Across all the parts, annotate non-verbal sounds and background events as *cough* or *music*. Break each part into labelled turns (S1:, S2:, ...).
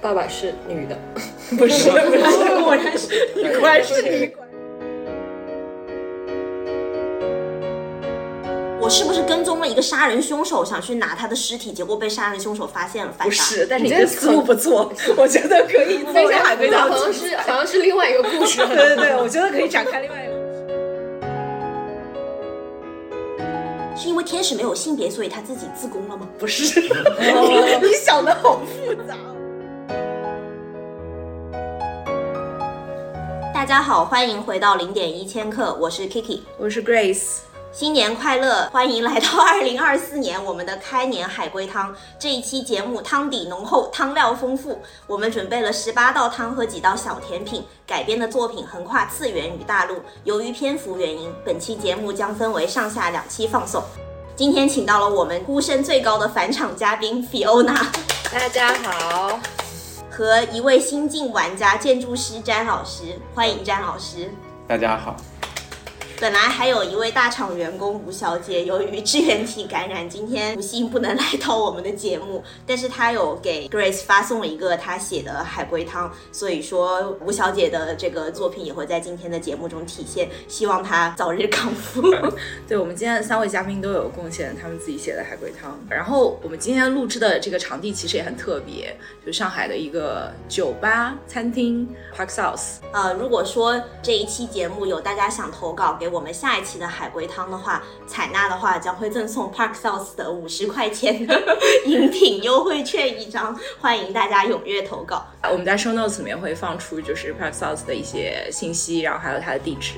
S1: 爸爸是女的，不是，不
S2: 是，果然是，果然是你。
S3: 我是不是跟踪了一个杀人凶手，想去拿他的尸体，结果被杀人凶手发现了，反
S2: 不
S3: 杀？
S2: 是，但是你这思路不错，我觉得可以作为海龟汤
S1: 好像是好像是另外一个故
S2: *laughs*
S1: 事。
S2: 对对对，我觉得可以展开另外一个。
S3: 是因为天使没有性别，所以他自己自宫了吗？
S2: 不是，你你想的好复杂。
S3: 大家好，欢迎回到零点一千克，我是 Kiki，
S2: 我是 Grace，
S3: 新年快乐！欢迎来到二零二四年我们的开年海龟汤。这一期节目汤底浓厚，汤料丰富，我们准备了十八道汤和几道小甜品。改编的作品横跨次元与大陆，由于篇幅原因，本期节目将分为上下两期放送。今天请到了我们呼声最高的返场嘉宾 Fiona
S1: 大家好，
S3: 和一位新晋玩家建筑师詹老师，欢迎詹老师。
S4: 大家好，
S3: 本来还有一位大厂员工吴小姐，由于支原体感染，今天不幸不能来到我们的节目，但是她有给 Grace 发送了一个她写的海龟汤，所以说吴小姐的这个作品也会在今天的节目中体现，希望她早日康复。
S2: 对我们今天三位嘉宾都有贡献他们自己写的海龟汤。然后我们今天录制的这个场地其实也很特别，就上海的一个酒吧餐厅 Park House。
S3: 呃，如果说这一期节目有大家想投稿给我们下一期的海龟汤的话，采纳的话将会赠送 Park South 的五十块钱 *laughs* 的饮品优惠券一张，欢迎大家踊跃投稿。
S2: 我们在 show notes 里面会放出就是 Park South 的一些信息，然后还有它的地址。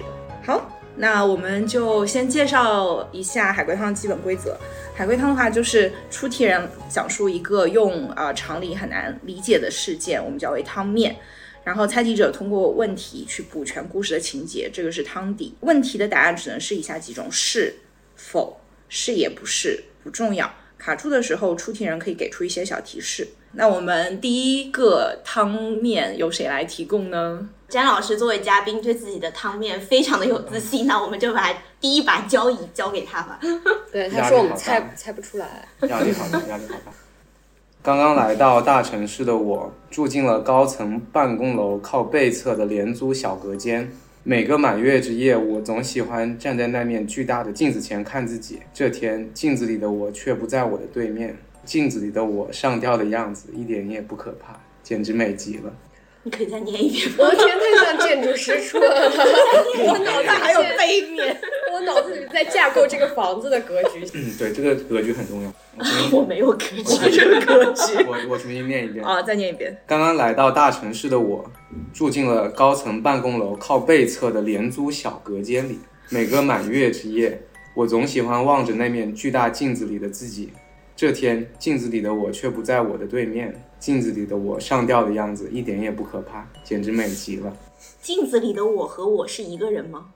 S2: 好，那我们就先介绍一下海龟汤的基本规则。海龟汤的话，就是出题人讲述一个用呃常理很难理解的事件，我们叫为汤面。然后猜题者通过问题去补全故事的情节，这个是汤底。问题的答案只能是以下几种：是、否、是也不是、不重要。卡住的时候，出题人可以给出一些小提示。那我们第一个汤面由谁来提供呢？
S3: 詹老师作为嘉宾，对自己的汤面非常的有自信，那我们就把第一把交椅交给他吧。
S1: 对，他
S4: 压力
S1: 说我们
S4: 好大
S1: 猜猜不出来，
S4: 压力好大， *laughs* 压力好大。刚刚来到大城市的我，住进了高层办公楼靠背侧的廉租小隔间。每个满月之夜，我总喜欢站在那面巨大的镜子前看自己。这天，镜子里的我却不在我的对面。镜子里的我上吊的样子一点也不可怕，简直美极了。
S3: 你可以再念一遍 *laughs* 吗？
S1: 我的天，太像建筑师出了。
S2: 我脑袋还有背面，
S1: *laughs* 我脑子里在架构这个房子的格局。
S4: 嗯，对，这个格局很重要。我重
S3: *laughs* 我没有格局。
S2: 这个格局
S4: 新我我重新念一遍。
S2: 啊！再念一遍，
S4: 刚刚来到大城市的我，住进了高层办公楼靠背侧的廉租小隔间里。每个满月之夜，我总喜欢望着那面巨大镜子里的自己。这天，镜子里的我却不在我的对面。镜子里的我上吊的样子一点也不可怕，简直美极了。
S3: *laughs* 镜子里的我和我是一个人吗？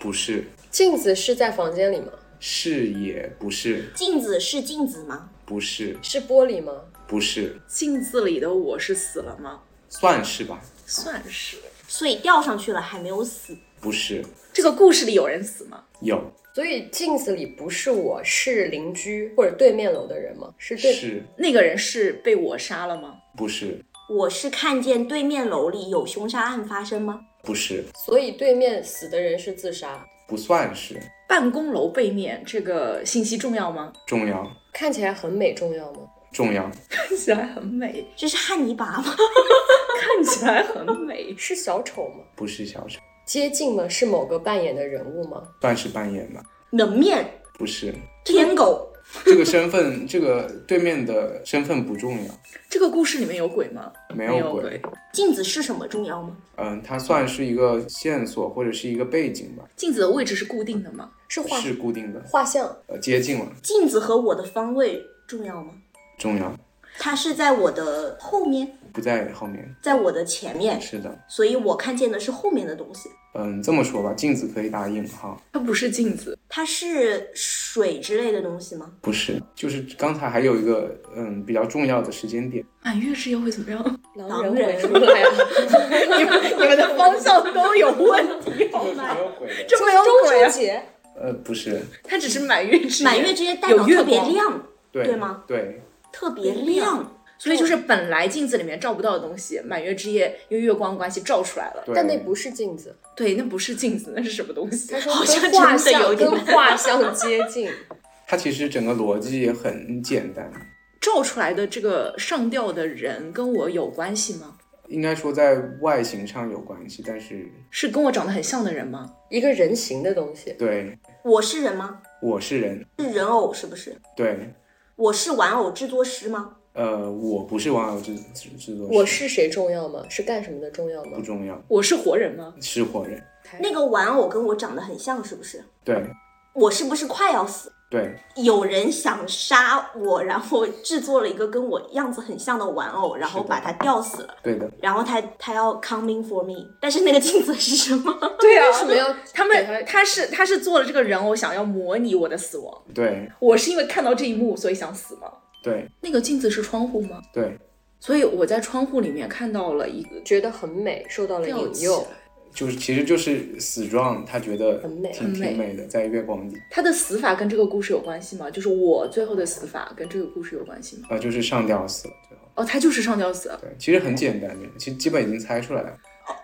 S4: 不是，
S1: 镜子是在房间里吗？
S4: 是也不是，
S3: 镜子是镜子吗？
S4: 不是，
S1: 是玻璃吗？
S4: 不是，
S2: 镜子里的我是死了吗？
S4: 算是吧？
S2: 算是。
S3: 所以吊上去了还没有死。
S4: 不是，
S2: 这个故事里有人死吗？
S4: 有
S1: 所以镜子里不是我，是邻居或者对面楼的人吗？是对，
S4: 是，
S2: 那个人是被我杀了吗？
S4: 不是，
S3: 我是看见对面楼里有凶杀案发生吗？
S4: 不是，
S1: 所以对面死的人是自杀，
S4: 不算是
S2: 办公楼背面这个信息重要吗？ *laughs*
S4: 重要，
S1: 看起来很美，重要吗？
S4: 重要，
S2: 看起来很美，
S3: 这是汉尼拔吗？
S2: 看起来很美。
S1: 是小丑吗？
S4: 不是小丑，
S1: 接近吗？是某个扮演的人物吗？
S4: 算是扮演吧。
S3: 冷面、
S4: 不是，
S3: 天狗、
S4: 这个身份， *laughs* 这个对面的身份不重要，
S2: 这个故事里面有鬼吗？
S4: 没
S2: 没有
S4: 鬼。
S2: 鬼。
S3: 镜子是什么重要吗？
S4: 嗯，它算是一个线索或者是一个背景吧，
S2: 镜子的位置是固定的吗？
S1: 是画
S4: 是固定的，
S1: 画像？
S4: 呃，接近了，
S3: 镜子和我的方位重要吗？
S4: 重要，
S3: 它是在我的后面，
S4: 不在后面。
S3: 在我的前面，
S4: 是的，
S3: 所以我看见的是后面的东西。
S4: 嗯，这么说吧，镜子可以打引号，
S2: 它不是镜子，
S3: 它是水之类的东西吗？
S4: 不是，就是刚才还有一个嗯比较重要的时间点，
S2: 满月之夜会怎么样？
S3: 狼
S1: 人
S3: 人
S1: 回出来了，
S2: 你们你们的方向都有问题，好吗？
S4: 有鬼的，
S2: 这没有鬼
S1: 中秋
S2: 啊，
S1: 节
S4: 呃，不是，
S2: 它只是满月之夜
S3: 满月之夜代表
S2: 啊有月
S3: 特别
S2: 光
S3: 亮，
S4: 对
S3: 对吗？
S4: 对，
S3: 特别亮，
S2: 所以就是本来镜子里面照不到的东西，满月之夜因为月光的关系照出来了。
S4: 对
S1: 但那不是镜子，
S2: 对，那不是镜子，那是什么东西
S1: 他？说
S3: 好像
S1: 跟画
S3: 真的
S1: 像
S3: 有点
S1: 跟画像接近，
S4: 它其实整个逻辑也很简单，
S2: 照出来的这个上吊的人跟我有关系吗？
S4: 应该说在外形上有关系，但是
S2: 是跟我长得很像的人吗？
S1: 一个人形的东西，
S4: 对
S3: 我是人吗？
S4: 我是人，
S3: 是人偶是不是？
S4: 对
S3: 我是玩偶制作师吗？
S4: 呃我不是玩偶制制制作师，
S1: 我是谁重要吗？是干什么的重要
S4: 不
S1: 吗？
S4: 重要，
S2: 我是活人吗？
S4: 是活人，
S3: 那个玩偶跟我长得很像，是不是？
S4: 对
S3: 我是不是快要死？
S4: 对
S3: 有人想杀我，然后制作了一个跟我样子很像的玩偶，然后把它吊死了。
S4: 对的，
S3: 然后他他要 coming for me，但是那个镜子是什么？哦
S2: 对啊
S1: 为什么要
S2: 他
S1: 给他
S2: 们他是他是做了这个人偶，想要模拟我的死亡。
S4: 对
S2: 我是因为看到这一幕，所以想死吗？
S4: 对
S2: 那个镜子是窗户吗？
S4: 对，
S2: 所以我在窗户里面看到了一个
S1: 觉得很美，受到了
S2: 吊
S1: 引
S2: 起
S1: 诱
S2: 来，，
S4: 就是其实就是死状，他觉得
S1: 很美
S4: 挺
S2: 很
S4: 挺
S2: 美
S4: 美的，在月光里，
S2: 他的死法跟这个故事有关系吗？就是我最后的死法跟这个故事有关系吗？
S4: 呃就是上吊死了，最后
S2: 哦，他就是上吊死了。
S4: 对，其实很简单的，其实基本已经猜出来了，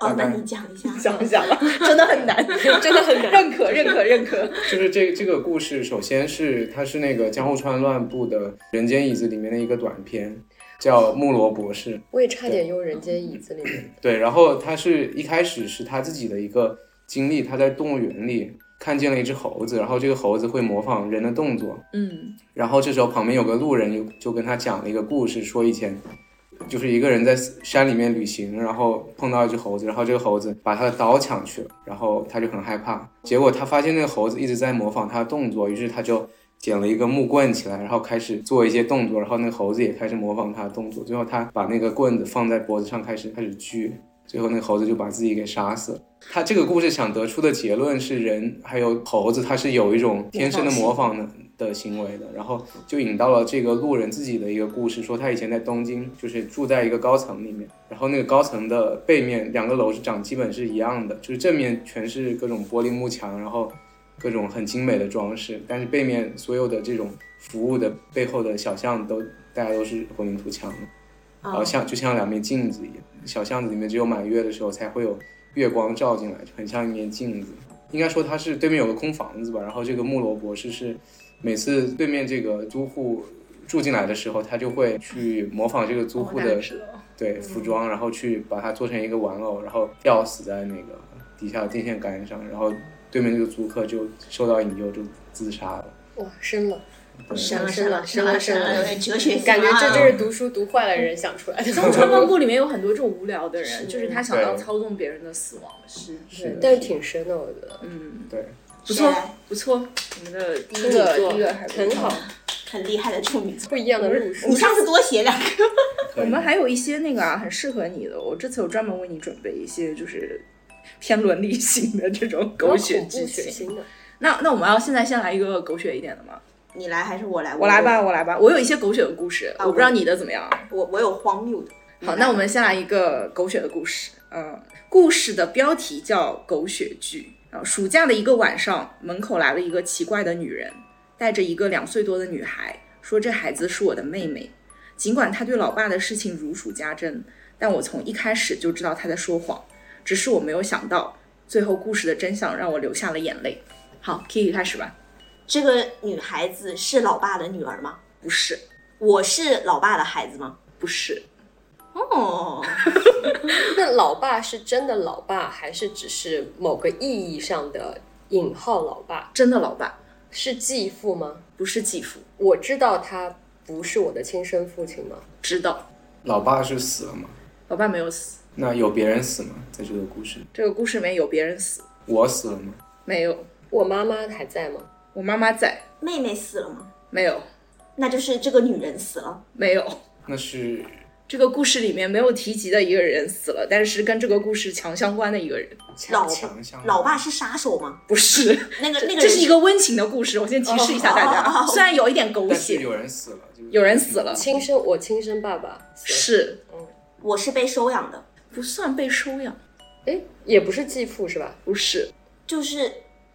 S3: 哦，那
S4: 拜拜
S3: 你讲一下。嗯
S2: 想一想吧，真的很难， *laughs* 真的很难。认可，认可，认可。
S4: 就是这这个故事，首先是它是那个江户川乱步的《人间椅子》里面的一个短片，叫《木罗博士》。
S1: 我也差点用人间椅子里面，
S4: 对，然后他是一开始是他自己的一个经历，他在动物园里看见了一只猴子，然后这个猴子会模仿人的动作，
S2: 嗯，
S4: 然后这时候旁边有个路人就就跟他讲了一个故事，说以前就是一个人在山里面旅行，然后碰到一只猴子，然后这个猴子把他的刀抢去了，然后他就很害怕，结果他发现那个猴子一直在模仿他的动作，于是他就。捡了一个木棍起来，然后开始做一些动作，然后那个猴子也开始模仿他的动作。最后，他把那个棍子放在脖子上，开始开始锯。最后，那个猴子就把自己给杀死了。他这个故事想得出的结论是，人还有猴子，它是有一种天生的模仿的的行为的。然后就引到了这个路人自己的一个故事，说他以前在东京就是住在一个高层里面，然后那个高层的背面两个楼是长基本是一样的，就是正面全是各种玻璃幕墙，然后各种很精美的装饰，但是背面所有的这种服务的背后的小巷都大家都是混凝土墙的，然后
S3: 哦，
S4: 像就像两面镜子一样，小巷子里面只有满月的时候才会有月光照进来，就很像一面镜子。应该说它是对面有个空房子吧，然后这个木罗博士是每次对面这个租户住进来的时候，他就会去模仿这个租
S2: 我
S4: 户
S2: 大概
S4: 的
S2: 知道。
S4: 对服装，然后去把它做成一个玩偶，然后吊死在那个底下的电线杆上，然后对面这个租客就受到引诱就自杀了。
S1: 哇，深了，
S3: 深
S1: 深
S3: 了深
S1: 了
S3: 了
S1: 深
S3: 深
S1: 了
S3: 了
S1: 深
S3: 深
S1: 了
S3: 了，有点嗯哲学性了啊
S1: 感觉这就是读书读坏了人想出来的。
S2: 像川漫步里面有很多这种无聊的人，
S1: 是
S2: 就是他想要
S4: 对
S2: 操纵别人的死亡。是，
S4: 是的，
S1: 但是挺深的，我觉得。
S2: 嗯，
S4: 对，
S2: 不
S3: 谁
S2: 错
S3: 来，
S2: 不错。我们的第
S1: 处
S2: 一
S1: 女
S2: 个
S1: 座
S2: 第一个还不错
S1: 很好，
S3: 很厉害的处女座。
S1: 不一样的路数
S3: 你。上次多写两个。
S4: 可
S2: 我
S4: 以
S2: 们还有一些那个啊，很适合你的。我这次有专门为你准备一些，就是偏伦理型的这种狗血 *laughs*
S1: 恐怖
S2: 剧
S1: 血
S2: 情。
S1: 腥的，
S2: 那那我们要现在先来一个狗血一点的吗？
S3: 你来还是我来？
S2: 我来吧，我来吧。我有一些狗血的故事，
S3: 啊
S2: 我不知道你的怎么样。啊
S3: 我。我我有荒谬的。
S2: 好，那我们先来一个狗血的故事。嗯，故事的标题叫《狗血剧》啊。暑假的一个晚上，门口来了一个奇怪的女人，带着一个两岁多的女孩，说这孩子是我的妹妹。尽管她对老爸的事情如数家珍，但我从一开始就知道她在说谎，只是我没有想到，最后故事的真相让我流下了眼泪。好，Kiki 开始吧。
S3: 这个女孩子是老爸的女儿吗？
S2: 不是，
S3: 我是老爸的孩子吗？
S2: 不是，
S3: 哦，
S1: 那老爸是真的老爸，还是只是某个意义上的引号老爸？
S2: 真的老爸，
S1: 是继父吗？
S2: 不是继父，
S1: 我知道他不是我的亲生父亲吗？
S2: 知道
S4: 老爸是死了吗？
S2: 老爸没有死。
S4: 那有别人死吗？在这个故事里，
S2: 这个故事里面有别人死，
S4: 我死了吗？
S2: 没有。
S1: 我妈妈还在吗？
S2: 我妈妈在，
S3: 妹妹死了吗？
S2: 没有，
S3: 那就是这个女人死了。
S2: 没有。
S4: 那是
S2: 这个故事里面没有提及的一个人死了，但是跟这个故事强相关的一个人，
S3: 老
S4: 强项。
S3: 老爸是杀手吗？
S2: 不是。
S3: 那个那个
S2: 这
S3: 人
S2: 是一个温情的故事，我先提示一下大
S3: 哦哦
S2: 家，
S3: 哦
S2: 虽然有一点狗
S4: 但是
S2: 血，
S4: 有人死了，就是
S2: 有人死了，
S1: 亲生我亲生爸爸死
S2: 是
S3: 我是被收养的，
S2: 不算被收养？
S1: 了，哎，也不是继父是吧？
S2: 不是，
S3: 就是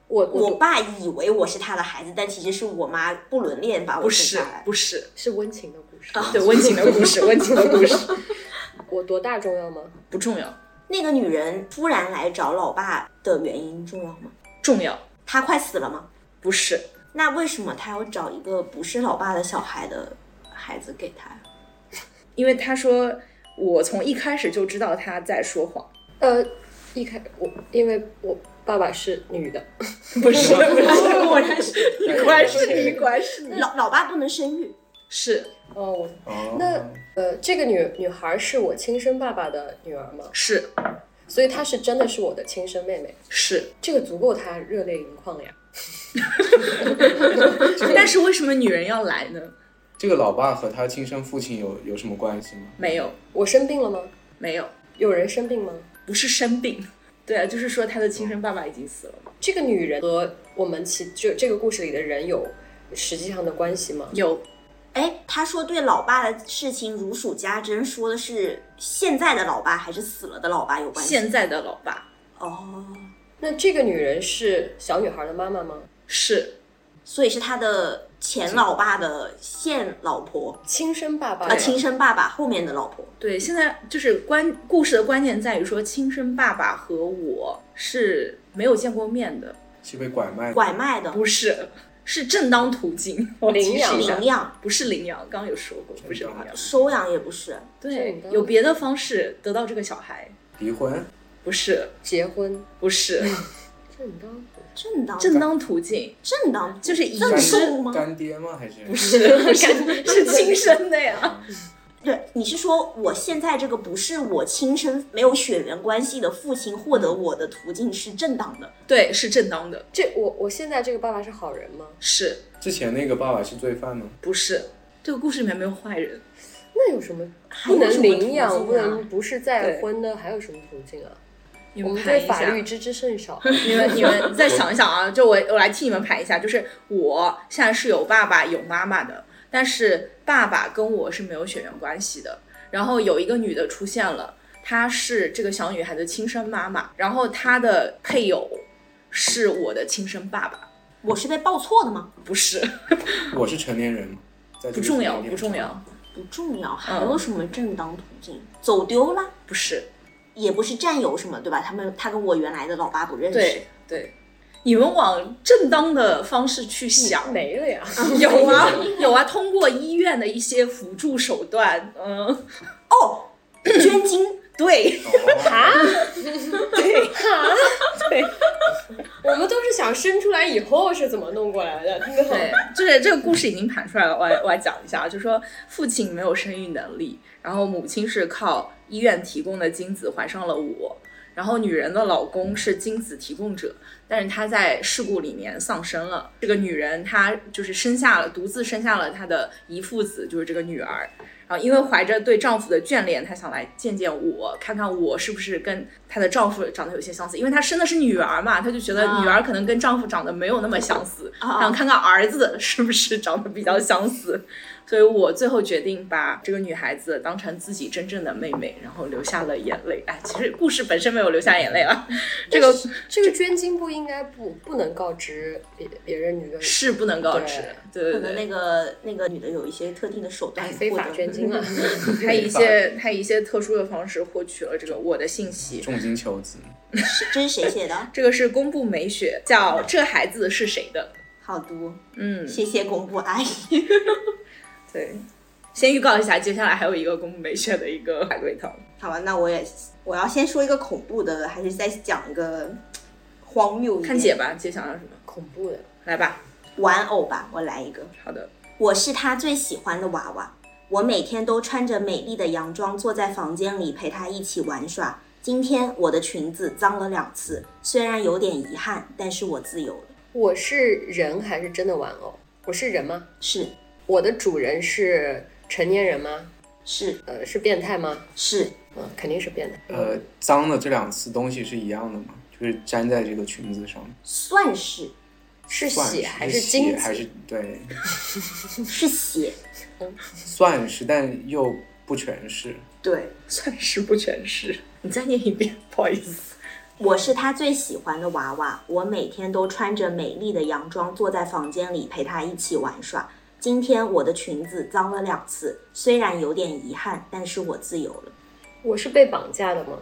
S1: 我
S3: 我
S1: 我
S3: 爸以为我是他的孩子，但其实是我妈不伦恋把我
S2: 不
S3: 生
S2: 是
S3: 下来。
S2: 不是，
S1: 是温情的故
S3: 啊
S1: 事。
S2: 对温情的故事，温情的故事
S1: 我多大重要吗？
S2: 不重要，
S3: 那个女人突然来找老爸的原因重要吗？
S2: 重要
S3: 她快死了吗？
S2: 不是
S3: 那为什么她要找一个不是老爸的小孩的孩子给他？
S2: 因为他说我从一开始就知道他在说谎，
S1: 呃，一开我因为我爸爸是女的，
S2: *laughs* *laughs* 不是不是，果然 *laughs* 是
S4: 你
S2: 果然是你，果然是你，
S3: 老老爸不能生育，
S2: 是
S1: 哦，我
S4: 哦，
S1: 那呃，这个女女孩是我亲生爸爸的女儿吗？
S2: 是
S1: 所以她是真的是我的亲生妹妹，
S2: 是，
S1: 这个足够她热泪盈眶了呀。
S2: 但是为什么女人要来呢？
S4: 这个老爸和他亲生父亲有有什么关系吗？
S2: 没有
S1: 我生病了吗？
S2: 没有，
S1: 有人生病吗？
S2: 不是生病，对啊，就是说他的亲生爸爸已经死了，
S1: 这个女人和我们其就这个故事里的人有实际上的关系吗？
S2: 有
S3: 哎，他说对老爸的事情如数家珍，说的是现在的老爸还是死了的老爸有关系？
S2: 现在的老爸
S3: 哦，
S1: 那这个女人是小女孩的妈妈吗？
S2: 是
S3: 所以是他的前老爸的现老
S2: 哦
S3: 婆
S1: 亲生爸爸
S3: 啊、
S1: 呀
S3: 亲生爸爸后面的老婆。
S2: 对，现在就是关故事的关键在于说，亲生爸爸和我是没有见过面的，
S4: 是被拐卖的？
S3: 拐卖的、
S2: 不是，是正当途径，我
S1: 领
S2: 提示
S1: 养
S2: 一下
S3: 领养、
S2: *laughs* 不是领养，刚刚有说过，不是领养，
S3: 收养也不是，
S1: 领
S2: 对
S1: 养，
S2: 有别的方式得到这个小孩，
S4: 离婚？
S2: 不是，
S1: 结婚
S2: 不是，
S1: 嗯正当
S3: 正当
S2: 正当
S1: *laughs*
S2: 途径，
S3: 正当
S2: 就是遗
S3: 赠
S2: 失，
S3: 送吗？
S4: 干爹吗？还是
S2: 不是，不是，是亲生的呀，
S3: 对，你是说我现在这个不是我亲生没有血缘关系的父亲获得我的途径是正当的？
S2: 对，是正当的，
S1: 这我我现在这个爸爸是好人吗？
S2: 是
S4: 之前那个爸爸是罪犯吗？
S2: 不是？这个故事里面没有坏人，
S1: 那有什么
S3: 还
S1: 不
S3: 有
S1: 能
S3: 什么途
S1: 领
S3: 径啊
S1: 养、不能不是再
S2: 对
S1: 婚的，还有什么途径啊？
S2: 你
S1: 我们
S2: 盘
S1: 对
S2: 一
S1: 法
S2: 下
S1: 律。知之甚
S3: *laughs*
S1: 少。
S2: 你们你们再想一想啊，就我我来替你们排一下，就是我现在是有爸爸有妈妈的，但是爸爸跟我是没有血缘关系的。然后有一个女的出现了，她是这个小女孩的亲生妈妈，然后她的配偶是我的亲生爸爸，
S3: 我是被报错的吗？
S2: 不是
S4: 我是成年人吗？在这
S2: *laughs* 不
S4: 个
S2: 重要
S4: 年龄
S2: 不重要，
S3: 不重
S2: 嗯
S3: 要，还有什么正当途径？走丢了，
S2: 不是
S3: 也不是战友什么，对吧？他们他跟我原来的老爸不认识。
S2: 对对，你们往正当的方式去
S1: *laughs*
S2: 想，
S1: 没了呀，
S2: 有啊有啊，通过医院的一些辅助手段，嗯，
S3: 哦，捐精，
S2: 对。 *laughs*
S4: 哦
S1: *laughs* 我们都是想生出来以后是怎么弄过来的。
S4: *laughs*
S2: 对，就是这个故事已经盘出来了，我来我来讲一下，就说父亲没有生育能力，然后母亲是靠医院提供的精子怀上了我，然后女人的老公是精子提供者，但是她在事故里面丧生了。这个女人她就是生下了独自生下了她的遗腹子，就是这个女儿。然啊后因为怀着对丈夫的眷恋，她想来见见我，看看我是不是跟她的丈夫长得有些相似，因为她生的是女儿嘛，她就觉得
S3: 啊
S2: 女儿可能跟丈夫长得没有那么相似，
S3: 啊
S2: 想看看儿子是不是长得比较相似。所以我最后决定把这个女孩子当成自己真正的妹妹，然后流下了眼泪。哎，其实故事本身没有流下眼泪啊，这个
S1: 这个捐精不应该不不能告知别别人你的
S2: 是不能告知，对对
S3: 可能
S2: 对，
S3: 那个那个女的有一些特定的手段
S1: 哎非法
S3: 获得
S1: 捐精啊。
S4: *laughs*
S1: *laughs*
S2: 他以一些他以一些特殊的方式获取了这个我的信息。
S4: 重金求子，
S3: 是这是谁写的？ *laughs*
S2: 这个是公布美雪，叫《这孩子是谁的》。
S3: 好读，
S2: 嗯，
S3: 谢谢公布阿姨。
S2: 对，先预告一下，接下来还有一个公布美雪的一个海龟汤。
S3: *laughs* 好吧，那我也我要先说一个恐怖的，还是再讲一个嘖荒谬一点？
S2: 看姐吧，姐想要什么？
S1: 恐怖的，
S2: 来吧，
S3: 玩偶吧，我来一个。
S2: 好的，
S3: 我是他最喜欢的娃娃，我每天都穿着美丽的洋装坐在房间里陪他一起玩耍。今天我的裙子脏了两次，虽然有点遗憾，但是我自由了。
S1: 我是人还是真的玩偶？我是人吗？
S3: 是
S1: 我的主人是成年人吗？
S3: 是
S1: 呃，是变态吗？
S3: 是，
S1: 嗯，肯定是变态。
S4: 呃，脏的这两次东西是一样的吗？就是粘在这个裙子上，
S3: 算是
S1: 是
S4: 算
S1: 血还
S4: 是
S1: 精
S4: 血还
S1: 子？
S4: 是对，
S3: 是血，
S4: 算是，但又不全是。
S3: 对，
S2: 算是不全是。你再念一遍，不好意思。
S3: 我是他最喜欢的娃娃，我每天都穿着美丽的洋装坐在房间里陪他一起玩耍。今天我的裙子脏了两次，虽然有点遗憾，但是我自由了。
S1: 我是被绑架的吗？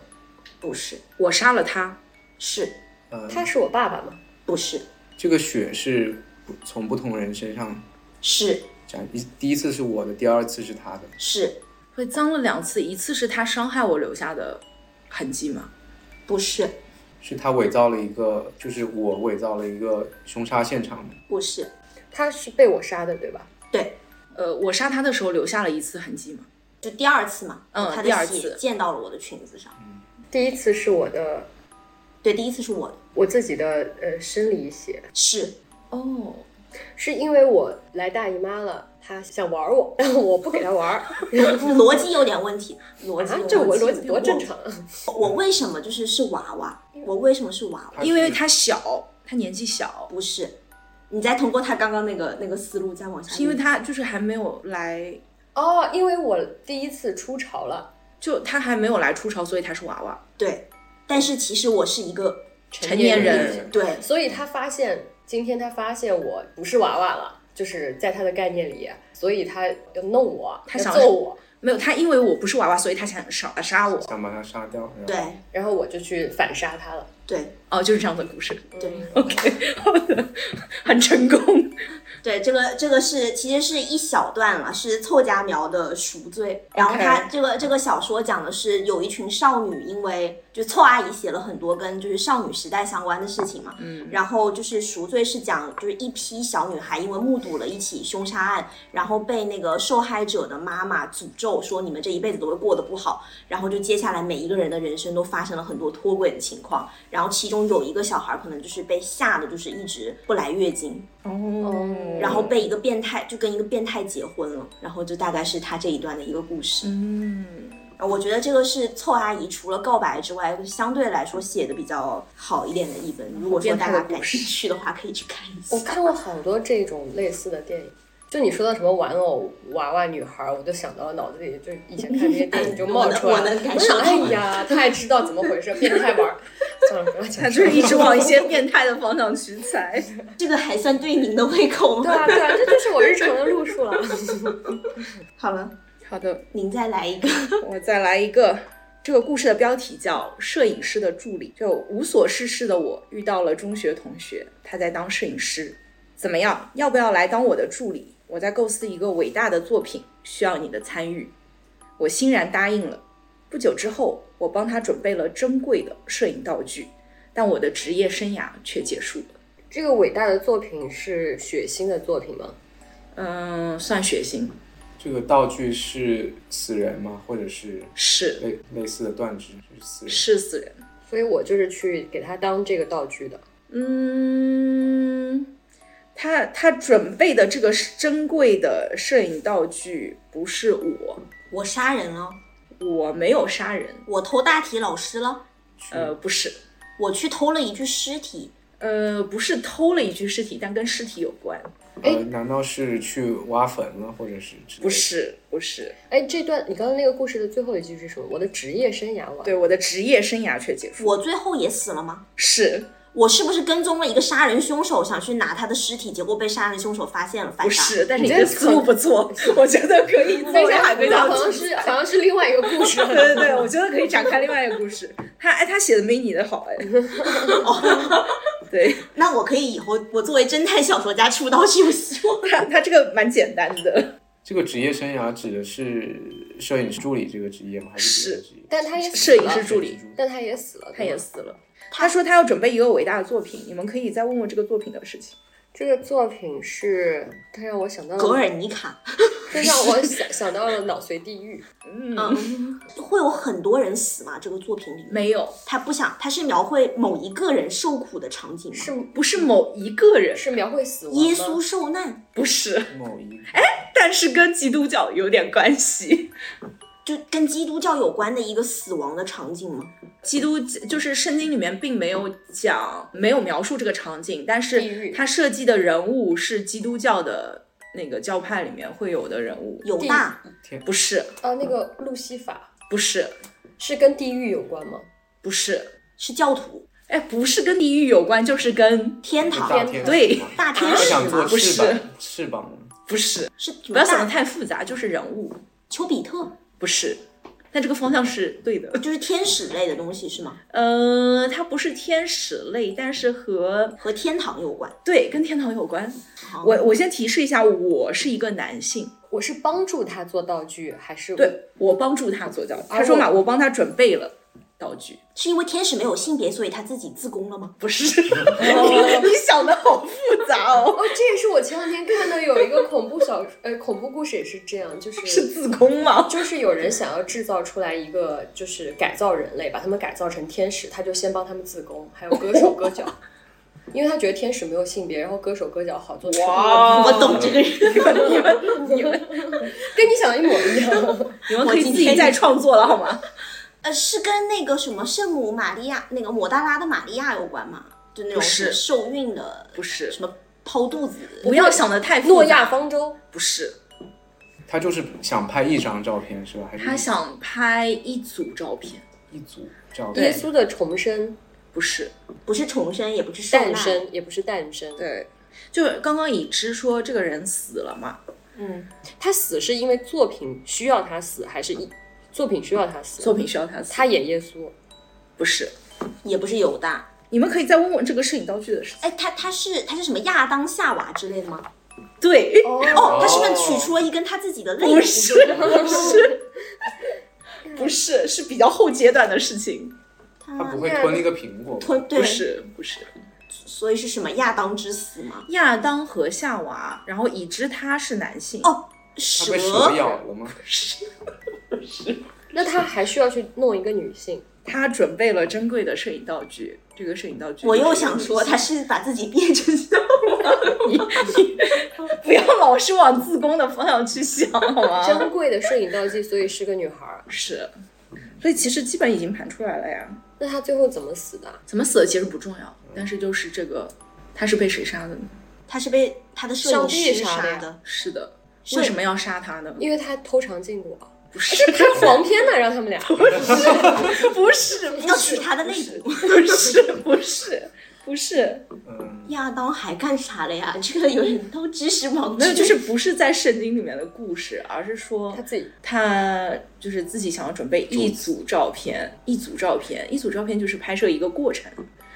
S3: 不是，
S2: 我杀了他，
S3: 是
S4: 嗯，
S1: 他是我爸爸吗？
S3: 不是
S4: 这个血是不从不同人身上
S3: 是
S4: 沾，一第一次是我的，第二次是他的，
S3: 是
S2: 会脏了两次，一次是他伤害我留下的痕迹吗？
S3: 不是
S4: 是他伪造了一个，就是我伪造了一个凶杀现场嘛。
S3: 不是
S1: 他是被我杀的，对吧？
S3: 对，
S2: 呃，我杀他的时候留下了一次痕迹吗？
S3: 就第二次嘛，
S2: 嗯
S3: 他
S2: 第二
S3: 的血
S2: 次
S3: 溅到了我的裙子上。
S1: 第一次是我的
S3: 对，第一次是我的，
S1: 我自己的呃生理血， *laughs*
S3: 是
S2: 哦，
S1: 是因为我来大姨妈了，她想玩我，但我不给她玩儿，
S3: 逻辑有点问题，逻辑有
S1: 啊
S3: 点问题、，
S1: 这 *laughs* 我逻辑多正常啊！
S3: 我。我为什么就是是娃娃？我为什么是娃
S4: 是
S3: 娃？
S2: 哦因为他小，他年纪小，
S3: 不是，你再通过他刚刚那个那个思路再往下捋，
S2: 是因为他就是还没有来，
S1: 哦，因为我第一次出潮了，
S2: 就他还没有来出潮，所以他是娃娃。
S3: 对，但是其实我是一个
S2: 成年人
S3: 对
S1: 所以他发现今天他发现我不是娃娃了，就是在他的概念里，所以他要弄我，
S2: 他
S1: 要
S2: 想
S1: 揍我，
S2: 没有，他因为我不是娃娃，所以他想杀呃杀我。
S4: 想把他杀掉，然后
S3: 对
S1: 然后我就去反杀他了。
S3: 对
S2: 哦，就是这样的故事。
S3: 对
S2: OK，好 *laughs* 的，很成功。
S3: 对，这个这个是其实是一小段了，是凑佳苗的赎罪。然后他
S2: OK
S3: 这个这个小说讲的是有一群少女，因为就凑阿姨写了很多跟就是少女时代相关的事情嘛，嗯，然后就是赎罪是讲就是一批小女孩因为目睹了一起凶杀案，然后被那个受害者的妈妈诅咒说你们这一辈子都会过得不好，然后就接下来每一个人的人生都发生了很多脱轨的情况，然后其中有一个小孩可能就是被吓得就是一直不来月经，
S2: 哦
S3: 然后被一个变态就跟一个变态结婚了，然后就大概是他这一段的一个故事。
S2: 嗯，
S3: 啊我觉得这个是凑阿姨除了告白之外，相对来说写的比较好一点的一本。如果说大家感兴趣的话，可以去看一
S1: 我
S3: 下。
S1: 看过好多这种类似的电影。就你说到什么玩偶娃娃女孩，我就想到了脑子里就以前看那些电影就冒出来了。
S3: 我能我能感
S1: 想，
S3: 受到
S1: 哎呀，太知道怎么回事，变态玩儿。算了，不要讲。
S2: 他就是一直往一些变态的方向去猜。
S3: 这个还算对您的胃口
S1: 对
S3: 吗？
S1: 啊，对啊，这就是我日常的路数了。 *laughs*
S3: 好了，
S2: 好的，
S3: 您再来一个。
S2: *laughs* 我再来一个。这个故事的标题叫《摄影师的助理》，就无所事事的我遇到了中学同学，他在当摄影师，怎么样？要不要来当我的助理？我在构思一个伟大的作品，需要你的参与。我欣然答应了。不久之后，我帮他准备了珍贵的摄影道具，但我的职业生涯却结束了。
S1: 这个伟大的作品是血腥的作品吗？
S2: 嗯，算血腥，
S4: 这个道具是死人吗？或者是
S2: 是
S4: 类类似的断肢，就是死人。
S2: 是死人。
S1: 所以我就是去给他当这个道具的。
S2: 嗯，他他准备的这个珍贵的摄影道具不是我，
S3: 我杀人了，
S2: 我没有杀人，
S3: 我偷大体老师了，
S2: 呃，不是，
S3: 我去偷了一具尸体，
S2: 呃，不是偷了一具尸体，但跟尸体有关，
S4: 呃，难道是去挖坟了，或者是之类的
S2: 不？是，不是，
S1: 哎，这段你刚刚那个故事的最后一句是什么？我的职业生涯完。
S2: 对，我的职业生涯却结束，
S3: 我最后也死了吗？
S2: 是
S3: 我是不是跟踪了一个杀人凶手，想去拿他的尸体，结果被杀人凶手发现了，
S2: 不
S3: 反杀？
S2: 是？但是
S1: 你
S2: 你
S1: 这
S2: 的思路不错， *laughs* 我觉得可以作
S1: 但
S2: 为
S1: 是
S2: 海龟
S1: 好
S2: 汤
S1: 像
S2: 题
S1: 是好像是另外一个故
S3: *laughs*
S1: 事。
S2: 对 *laughs* 对对，我觉得可以展开另外一个故事。他哎，他写的没你的 *laughs* 好哎。哦 *laughs* 对
S3: 那我可以以后我作为侦探小说家出道是有希望。
S2: 他，他这个蛮简单的，
S4: 这个职业生涯指的是摄影师助理这个职业吗？还是别的职业？
S1: 但他也死
S2: 摄影
S1: 了
S2: 师助理，
S1: 但他也死了，
S2: 他也
S1: 对吗。
S2: 死了。他说他要准备一个伟大的作品，你们可以再问问这个作品的事情。
S1: 这个作品是，它让我想到了
S3: *laughs* 格尔尼卡，
S1: 这让我想想到了脑髓地狱。
S3: 嗯，会有很多人死吗？这个作品里面，
S2: 没有，
S3: 他不想，他是描绘某一个人受苦的场景吗？
S1: 是
S2: 不是某一个人，
S1: 是描绘死亡吗
S3: 耶稣受难，
S2: 不是，
S4: 某一个
S2: 但是跟基督教有点关系。
S3: 就跟基督教有关的一个死亡的场景吗？
S2: 基督就是圣经里面并没有讲，没有描述这个场景，但
S1: 地
S2: 是
S1: 狱
S2: 他设计的人物是基督教的那个教派里面会有的人物，
S3: 犹大
S2: 不是，
S1: 啊，那个路西法
S2: 不是，
S1: 是跟地狱有关吗？
S2: 不是，
S3: 是教徒，
S2: 哎，不是跟地狱有关，就是跟
S3: 天堂
S4: 大天
S2: 哎对
S3: 大天
S4: 我
S3: 使
S4: 想
S3: 吗
S4: 做
S2: 不是
S4: 翅膀，翅膀
S2: 不是，
S3: 是什
S2: 不要
S3: 么
S2: 想的
S3: 大
S2: 太复杂，就是人物
S3: 丘比特，
S2: 不是。但这个方向是对的，
S3: 就是天使类的东西是吗？
S2: 呃，它不是天使类，但是和
S3: 和天堂有关。
S2: 对跟天堂有关。我我先提示一下，我是一个男性，
S1: 我是帮助他做道具，还是哦
S2: 对我帮助他做道具。
S1: 啊
S2: 他说嘛，我帮他准备了道具，
S3: 是因为天使没有性别，所以他自己自宫了吗？
S2: 不是？ *laughs* 你想的好复杂哦，
S1: 哦，这也是我前两天看的有一个恐怖小说，呃，恐怖故事也是这样，就是
S2: 是自宫吗？
S1: 就是有人想要制造出来一个，就是改造人类，把他们改造成天使，他就先帮他们自宫，还有割
S3: *laughs*
S1: 手割脚，因为他觉得天使没有性别，然后割手割脚好做成
S2: 哇哦
S3: *laughs* 我懂这个人，
S2: 你们你们
S1: 跟你想的一模一样。
S2: 你们可以自己再创作了好吗？
S3: 呃，是跟那个什么圣母玛利亚，那个抹大拉的玛利亚有关吗？就那种
S2: 不是
S3: 受孕的，
S2: 不是
S3: 什么剖肚子，
S2: 不要想的太复杂
S1: 诺亚方舟，
S2: 不是，
S4: 他就是想拍一张照片是吧？还是
S2: 他想拍一组照片，
S4: 一组照
S1: 耶
S4: 片？
S1: 稣的重生、
S2: 不是，
S3: 不是重生，也不是受难
S1: 诞，生，也不是诞生，
S2: 对，就是刚刚已知说这个人死了嘛，
S3: 嗯，
S1: 他死是因为作品需要他死，还是一作品需要他死？
S2: 作品需要他死，
S1: 他演耶稣，
S2: 不是。
S3: 也不是犹大。
S2: 你们可以再问问这个摄影道具的事情。
S3: 哎，他他是他是什么亚当夏娃之类的吗？
S2: 对，
S3: 哦，他是不是取出了一根他自己的肋骨？
S2: 不是，不 *laughs* 是，不是，是比较后阶段的事情。
S4: 他
S3: 他
S4: 不会吞一个苹果吧？
S3: 吞对
S2: 不，是，不是。
S3: 所以是什么亚当之死吗？
S2: 亚当和夏娃，然后已知他是男性。
S3: 哦
S4: 他
S3: 蛇
S4: 被蛇咬了吗？
S1: 那他还需要去弄一个女性，
S2: 他准备了珍贵的摄影道具，这个摄影道具
S3: 我
S2: 就是
S3: 又想说，他是把自己变成
S2: 不要老是往自宫的方向去想，好 *laughs* 吗？
S1: 珍贵的摄影道具，所以是个女孩儿。
S2: 是，所以其实基本已经盘出来了呀。
S1: 那他最后怎么死的？
S2: 怎么死的其实不重要，但是就是这个，他是被谁杀的呢？
S3: 他是被他的摄影师杀
S1: 上帝杀的
S3: 的，
S2: 是的，为什么要杀他呢？
S1: 因为他偷尝禁果，
S2: 不是，
S1: 拍黄片呢，让他们俩。
S2: 不是，不
S3: 要取
S2: 是，
S3: 他的肋骨。
S2: 不是，不是， *laughs* 不是，
S4: 嗯，
S3: 亚当还干啥了呀？这个有人都知识盲
S2: 没有，
S3: 区，
S2: 就是不是在圣经里面的故事，而是说
S1: 他自己
S2: 他就是自己想要准备一组照片，一组照片，一组照片就是拍摄一个过程。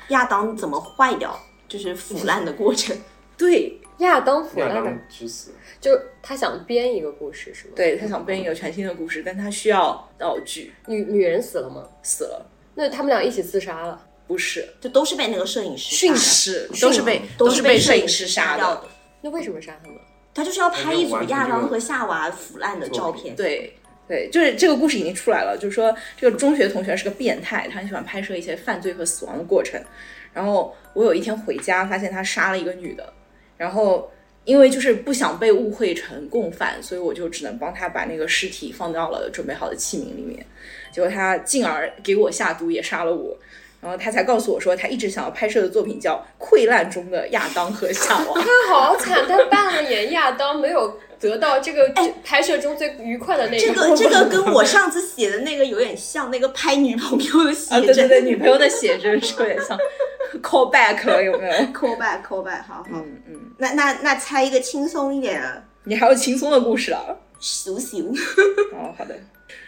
S3: 亚当怎么坏掉，就是腐烂的过程。
S2: 对，
S1: 亚当腐
S4: 亚
S1: 烂的，
S4: 当之死，
S1: 就是他想编一个故事，是吗？，
S2: 对他想编一个全新的故事，但他需要道具。
S1: 女女人死了吗？
S2: 死了，
S1: 那他们俩一起自杀了。
S2: 不是，
S3: 就都是被那个摄影师
S2: 训
S3: 杀的，
S2: 是都是被
S3: 都
S2: 是
S3: 被
S2: 被摄影
S3: 师
S2: 师杀
S3: 掉
S2: 的。
S3: 的。
S1: 那为什么杀他们？
S3: 他就是要拍一组亚
S4: 他就完成这
S3: 当
S4: 个
S3: 和夏娃腐烂的照片，
S2: 对对，就是这个故事已经出来了，就是说这个中学同学是个变态，他很喜欢拍摄一些犯罪和死亡的过程。然后我有一天回家，发现他杀了一个女的，然后因为就是不想被误会成共犯，所以我就只能帮他把那个尸体放到了准备好的器皿里面。结果他进而给我下毒，也杀了我。然后他才告诉我说，他一直想要拍摄的作品叫《溃烂中的亚当和夏娃》。
S1: 他好惨，他扮了演亚当，没有得到这个拍摄中最愉快的那
S3: 这
S1: 一
S3: *laughs* 个这个跟我上次写的那个有点像，那个拍女朋友的写
S2: 啊，对对
S3: 真。
S2: 对，女朋友的写真是有点像 call back 了，有没有？
S3: *laughs* call back call back，好好。
S2: 嗯嗯，
S3: 那那那猜一个轻松一点的，
S2: 你还有轻松的故事啊？
S3: 熟 *laughs* 熟。
S2: 哦，好的。
S3: 呃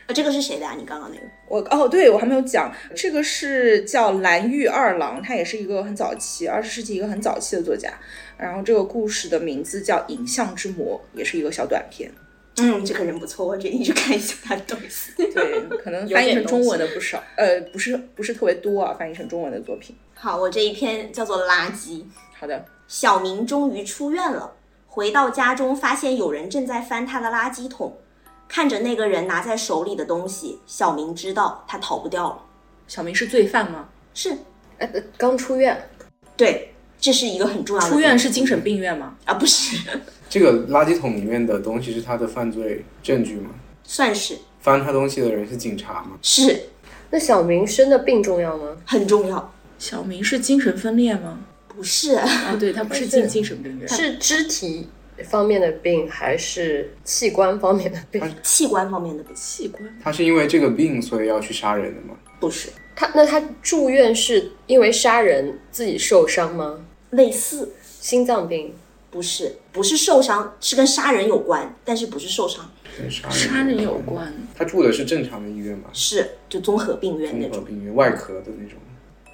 S3: 啊这个是谁的啊？你刚刚那个？
S2: 我哦，对我还没有讲，这个是叫蓝玉二郎，他也是一个很早期，二十世纪一个很早期的作家。然后这个故事的名字叫《影像之魔》，也是一个小短片。
S3: 嗯，这个人不错，我决定去看一下他的东西。 *laughs*
S2: 对，可能翻译成中文的不少，呃，不是不是特别多啊，翻译成中文的作品。
S3: 好，我这一篇叫做《垃圾》。
S2: 好的，
S3: 小明终于出院了，回到家中发现有人正在翻他的垃圾桶，看着那个人拿在手里的东西，小明知道他逃不掉了。
S2: 小明是罪犯吗？
S3: 是
S1: 哎，刚出院，
S3: 对，这是一个很重要的
S2: 出院是精神病院吗？
S3: 啊，不是， *laughs*
S4: 这个垃圾桶里面的东西是他的犯罪证据吗？
S3: 算是
S4: 翻他东西的人是警察吗？
S3: 是
S1: 那小明生的病重要吗？
S3: 很重要，
S2: 小明是精神分裂吗？
S3: 不是
S2: 啊，对他不是进精神病院，
S1: 是肢体方面的病，还是器官方
S3: 啊
S1: 面的病？
S3: 器官方面的不是，
S2: 器官。
S4: 他是因为这个病所以要去杀人的吗？
S3: 不是
S1: 他那他住院是因为杀人自己受伤吗？
S3: 类似
S1: 心脏病？
S3: 不是不是受伤，是跟杀人有关，但是不是受伤，
S4: 跟杀
S2: 杀人有关，
S4: 他住的是正常的医院嘛，
S3: 是就综合病院那
S4: 综合
S3: 种。
S4: 病院外科的那种，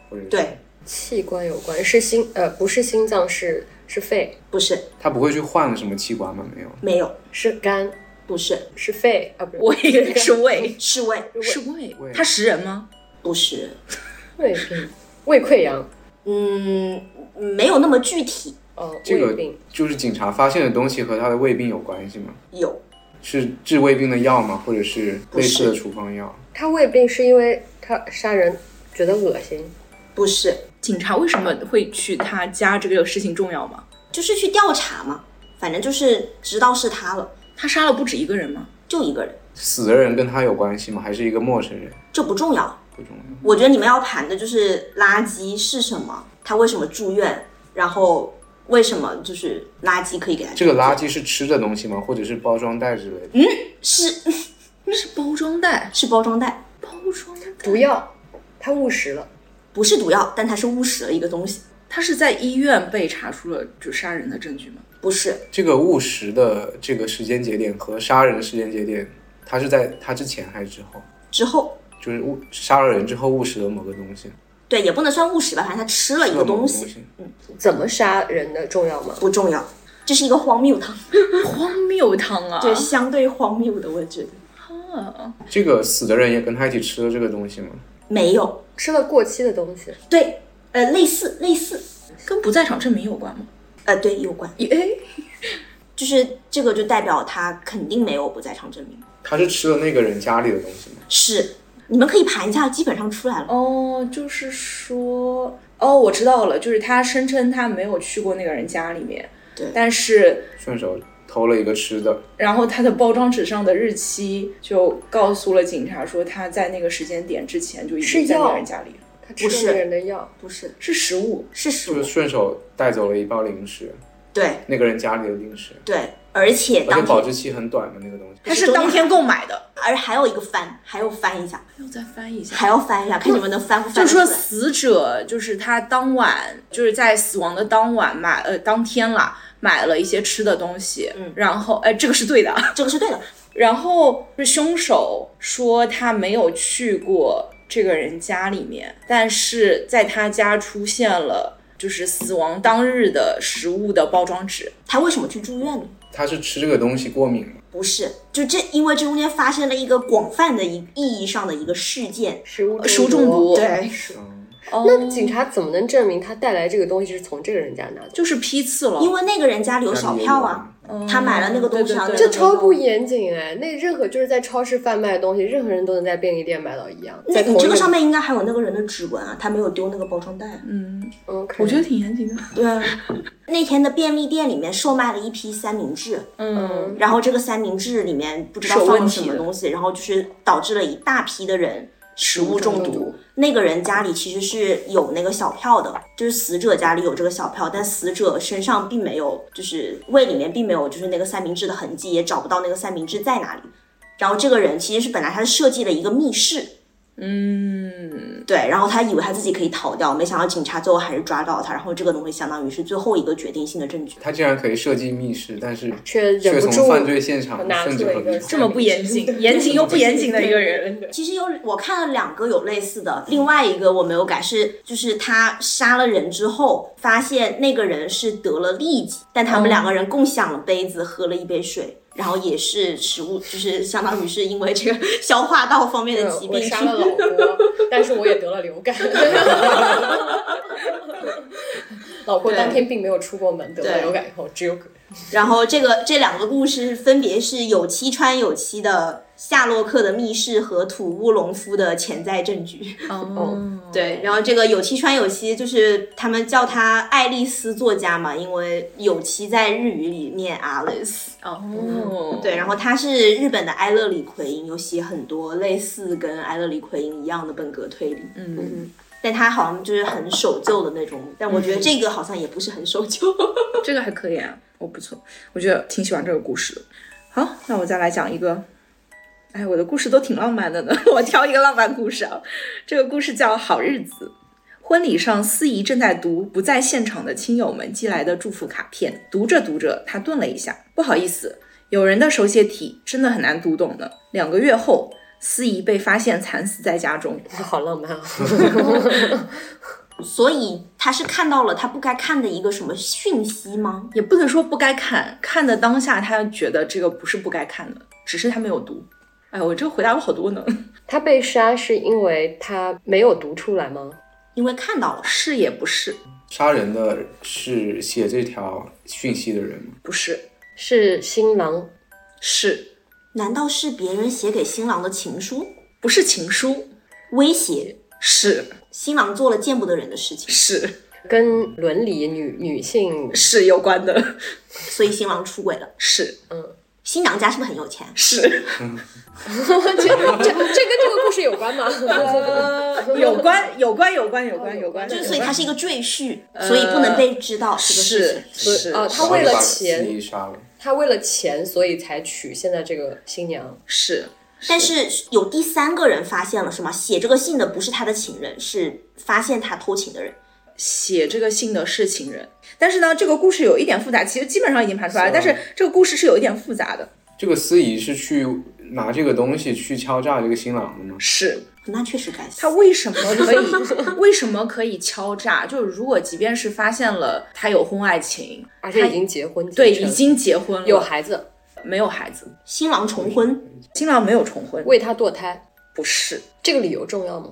S4: 或者是
S3: 对，
S1: 器官有关？是心呃不是心脏是是肺
S3: 不是
S4: 他不会去换什么器官吗？没有，
S3: 没有，
S1: 是肝
S3: 不是
S1: 是肺啊不是
S2: 我以为
S1: *laughs*
S2: *laughs* 是胃，
S3: 是胃，
S2: 是
S4: 胃
S2: 胃，他食人吗？
S3: 不是，
S1: 胃病胃溃疡
S3: 嗯，没有那么具体，
S1: 哦
S4: 这
S1: 胃
S4: 个
S1: 病
S4: 就是警察发现的东西和他的胃病有关系吗？
S3: 有
S4: 是治胃病的药吗？或者是
S3: 不
S4: 类
S3: 是
S4: 似的处方药？
S1: 他胃病是因为他杀人觉得恶心
S3: 不是，
S2: 警察为什么会去他家？这个事情重要吗？
S3: 就是去调查嘛，反正就是知道是他了，
S2: 他杀了不止一个人吗？
S3: 就一个人，
S4: 死的人跟他有关系吗？还是一个陌生人？
S3: 这不重要，
S4: 不重要。
S3: 我觉得你们要盘的就是垃圾是什么，他为什么住院，然后为什么就是垃圾可以给他
S4: 这个垃圾是吃的东西吗？或者是包装袋之类的？
S3: 是
S2: 是包装袋，
S3: 是包装袋，
S2: 包装袋
S1: 毒药他误食了
S3: 不是毒药，但它是误食了一个东西，
S2: 他是在医院被查出了就杀人的证据吗？
S3: 不是
S4: 这个误食的这个时间节点和杀人时间节点，他是在他之前还是之后？
S3: 之后
S4: 就是误杀了人之后误食了某个东西，
S3: 对也不能算误食吧，反正他吃了一
S4: 吃
S3: 个
S4: 了某
S3: 东
S4: 个
S3: 西，
S4: 西。
S1: 怎么杀人的重要吗？
S3: 不重要，这是一个荒谬汤，
S2: 荒谬汤啊！
S3: *laughs* 对，相对荒谬的，我觉得
S2: 啊
S4: 这个死的人也跟他一起吃了这个东西吗？
S3: 没有，
S1: 吃了过期的东西
S3: 对，呃，类似类似，
S2: 跟不在场证明有关吗？
S3: 呃，对，有关，
S2: 诶，
S3: 就是这个就代表他肯定没有不在场证明，
S4: 他是吃了那个人家里的东西吗？
S3: 是，你们可以盘一下，基本上出来了。
S2: 哦，就是说，哦，我知道了，就是他声称他没有去过那个人家里面，
S3: 对
S2: 但是
S4: 顺手偷了一个吃的，
S2: 然后他的包装纸上的日期就告诉了警察说他在那个时间点之前就已经
S1: 是
S2: 在
S1: 药
S2: 那个人家里了，
S1: 他吃
S3: 不
S1: 了
S3: 是
S1: 那个人的药
S3: 不是，
S2: 是食物，
S3: 是食
S4: 就
S3: 物
S4: 是。顺手带走了一包零食，
S3: 对
S4: 那个人家里的零食，
S3: 对，而且
S4: 而
S3: 当
S4: 且保
S3: 天，
S4: 质期很短嘛，那个东西。
S2: 他是当天购买的。
S3: 而还有一个翻，还要翻一下，
S2: 又再翻译一下
S3: 还要翻一下，看你们能翻不翻
S2: 就
S3: 得
S2: 是
S3: 出
S2: 说
S3: 来。
S2: 死者就是他当晚就是在死亡的当晚买呃当天啦买了一些吃的东西，
S3: 嗯
S2: 然后哎这个是对的，
S3: 这个是对的，
S2: 然后是凶手说他没有去过这个人家里面，但是在他家出现了就是死亡当日的食物的包装纸，
S3: 他为什么去住院呢？
S4: 他是吃这个东西过敏吗？
S3: 不是，就这，因为这中间发生了一个广泛的一意义上的一个事件。
S1: 食物哎
S2: 食物中毒。，
S3: 哎对，
S4: 嗯，
S1: 那警察怎么能证明他带来这个东西是从这个人家拿走？
S2: 就是批次了，
S3: 因为那个人家里有小票啊，
S2: 嗯
S3: 他买了那个东西
S2: 对对
S3: 然
S2: 嗯对
S3: 后那
S1: 这
S3: 个
S1: 超不严谨哎！那任何就是在超市贩卖的东西，任何人都能在便利店买到一样，
S3: 那
S1: 在同
S3: 你
S1: 一
S3: 这个上面应该还有那个人的指纹啊，他没有丢那个包装袋啊。
S2: 嗯，
S1: 嗯，
S2: 我觉得挺严谨的，
S3: 对啊，那天的便利店里面售卖了一批三明治，
S2: 嗯，
S3: 然后这个三明治里面不知道放了什么东西，然后就是导致了一大批的人食物中
S1: 食物中
S3: 毒
S1: 毒。
S3: 那个人家里其实是有那个小票的，就是死者家里有这个小票，但死者身上并没有，就是胃里面并没有就是那个三明治的痕迹，也找不到那个三明治在哪里。然后这个人其实是本来他是设计了一个密室，
S2: 嗯，
S3: 对，然后他以为他自己可以逃掉，没想到警察最后还是抓到他，然后这个东西相当于是最后一个决定性的证据。
S4: 他竟然可以设计密室，但是
S1: 却忍
S4: 却
S1: 不
S4: 从
S1: 住
S4: 犯罪现场
S1: 拿
S4: 甚
S1: 出
S4: 至
S1: 了
S4: 和
S1: 一个
S4: 离
S2: 这么不严
S3: *laughs*
S2: 谨，严谨又不严谨的一个人，
S3: 其实有我看了两个有类似的，另外一个我没有改是，就是他杀了人之后，发现那个人是得了痢疾，但他们两个人共享了杯子，喝了一杯水。然后也是食物，就是相当于是因为这个 *laughs* 消化道
S2: *laughs*
S3: 方面的疾
S1: 我
S3: 病，
S1: 杀了老郭，但是我也得了流感。老郭当天并没有出过门，得了流感以后只有
S3: 然后这个这两个故事分别是有栖川有栖的夏洛克的密室和土屋龙夫的潜在证据。
S2: 哦，
S1: 嗯
S2: *laughs*
S3: 对，然后这个有栖川有栖就是他们叫他爱丽丝作家嘛，因为有栖在日语里念 Alice。
S2: 哦，
S3: 对，然后他是日本的埃勒里奎因，有写很多类似跟埃勒里奎因一样的本格推理，
S2: 嗯，
S3: 但他好像就是很守旧的那种，但我觉得这个好像也不是很守旧。 *laughs*
S2: 这个还可以哦啊，我不错，我觉得挺喜欢这个故事的。好，那我再来讲一个，哎，我的故事都挺浪漫的呢， *laughs* 我挑一个浪漫故事啊。这个故事叫《好日子》。婚礼上，司仪正在读不在现场的亲友们寄来的祝福卡片，读着读着，他顿了一下，不好意思，有人的手写体真的很难读懂的。两个月后，司仪被发现惨死在家中。
S1: 好浪漫
S2: *laughs*
S1: 啊！
S3: 所以他是看到了他不该看的一个什么讯息吗？
S2: 也不能说不该看，看的当下他觉得这个不是不该看的，只是他没有读。哎，我这个回答了好多呢，
S1: 他被杀是因为他没有读出来吗？
S3: 因为看到了，
S2: 是也不是，
S4: 杀人的是写这条讯息的人吗？
S2: 不是，
S1: 是新郎
S2: 是
S3: 难道是别人写给新郎的情书
S2: 不是情书？
S3: 威胁
S2: 是
S3: 新郎做了见不得人的事情，
S2: 是
S1: 跟伦理女女性
S2: 是有关的，
S3: 所以新郎出轨了？
S2: 是
S3: 新娘家是不是很有钱？
S1: *laughs*
S2: 是，
S1: 这这这跟这个故事有
S2: *laughs*
S1: 关吗？
S2: 呃，有关有关有关有关有关，
S1: 就
S3: 所以它是一个赘婿，所以不能被知道这个事
S2: 呃是
S3: 情。
S2: 是
S1: 哦他
S4: 然后
S1: 为
S4: 就
S1: 了
S4: 把
S1: 钱
S4: 司仪杀了。
S1: 他为了钱，所以才娶现在这个新娘。
S2: 是
S3: 但是有第三个人发现了，是吗？写这个信的不是他的情人，是发现他偷情的人。
S2: 写这个信的是情人，但是呢，这个故事有一点复杂，其实基本上已经盘出来了，但是这个故事是有一点复杂的，
S4: 这个司仪是去拿这个东西去敲诈这个新郎的吗？
S2: 是。
S3: 那确实该死
S2: 他。为什么可以？为什么可以敲诈？就是如果即便是发现了他有婚外情，
S1: 而且已经结婚，
S2: 对，
S1: 结成
S2: 已经结婚了，
S1: 有孩子，
S2: 没有孩子？
S3: 新郎重婚，
S2: 新郎没有重婚，
S1: 为他堕胎，
S2: 不是
S1: 这个理由重要吗？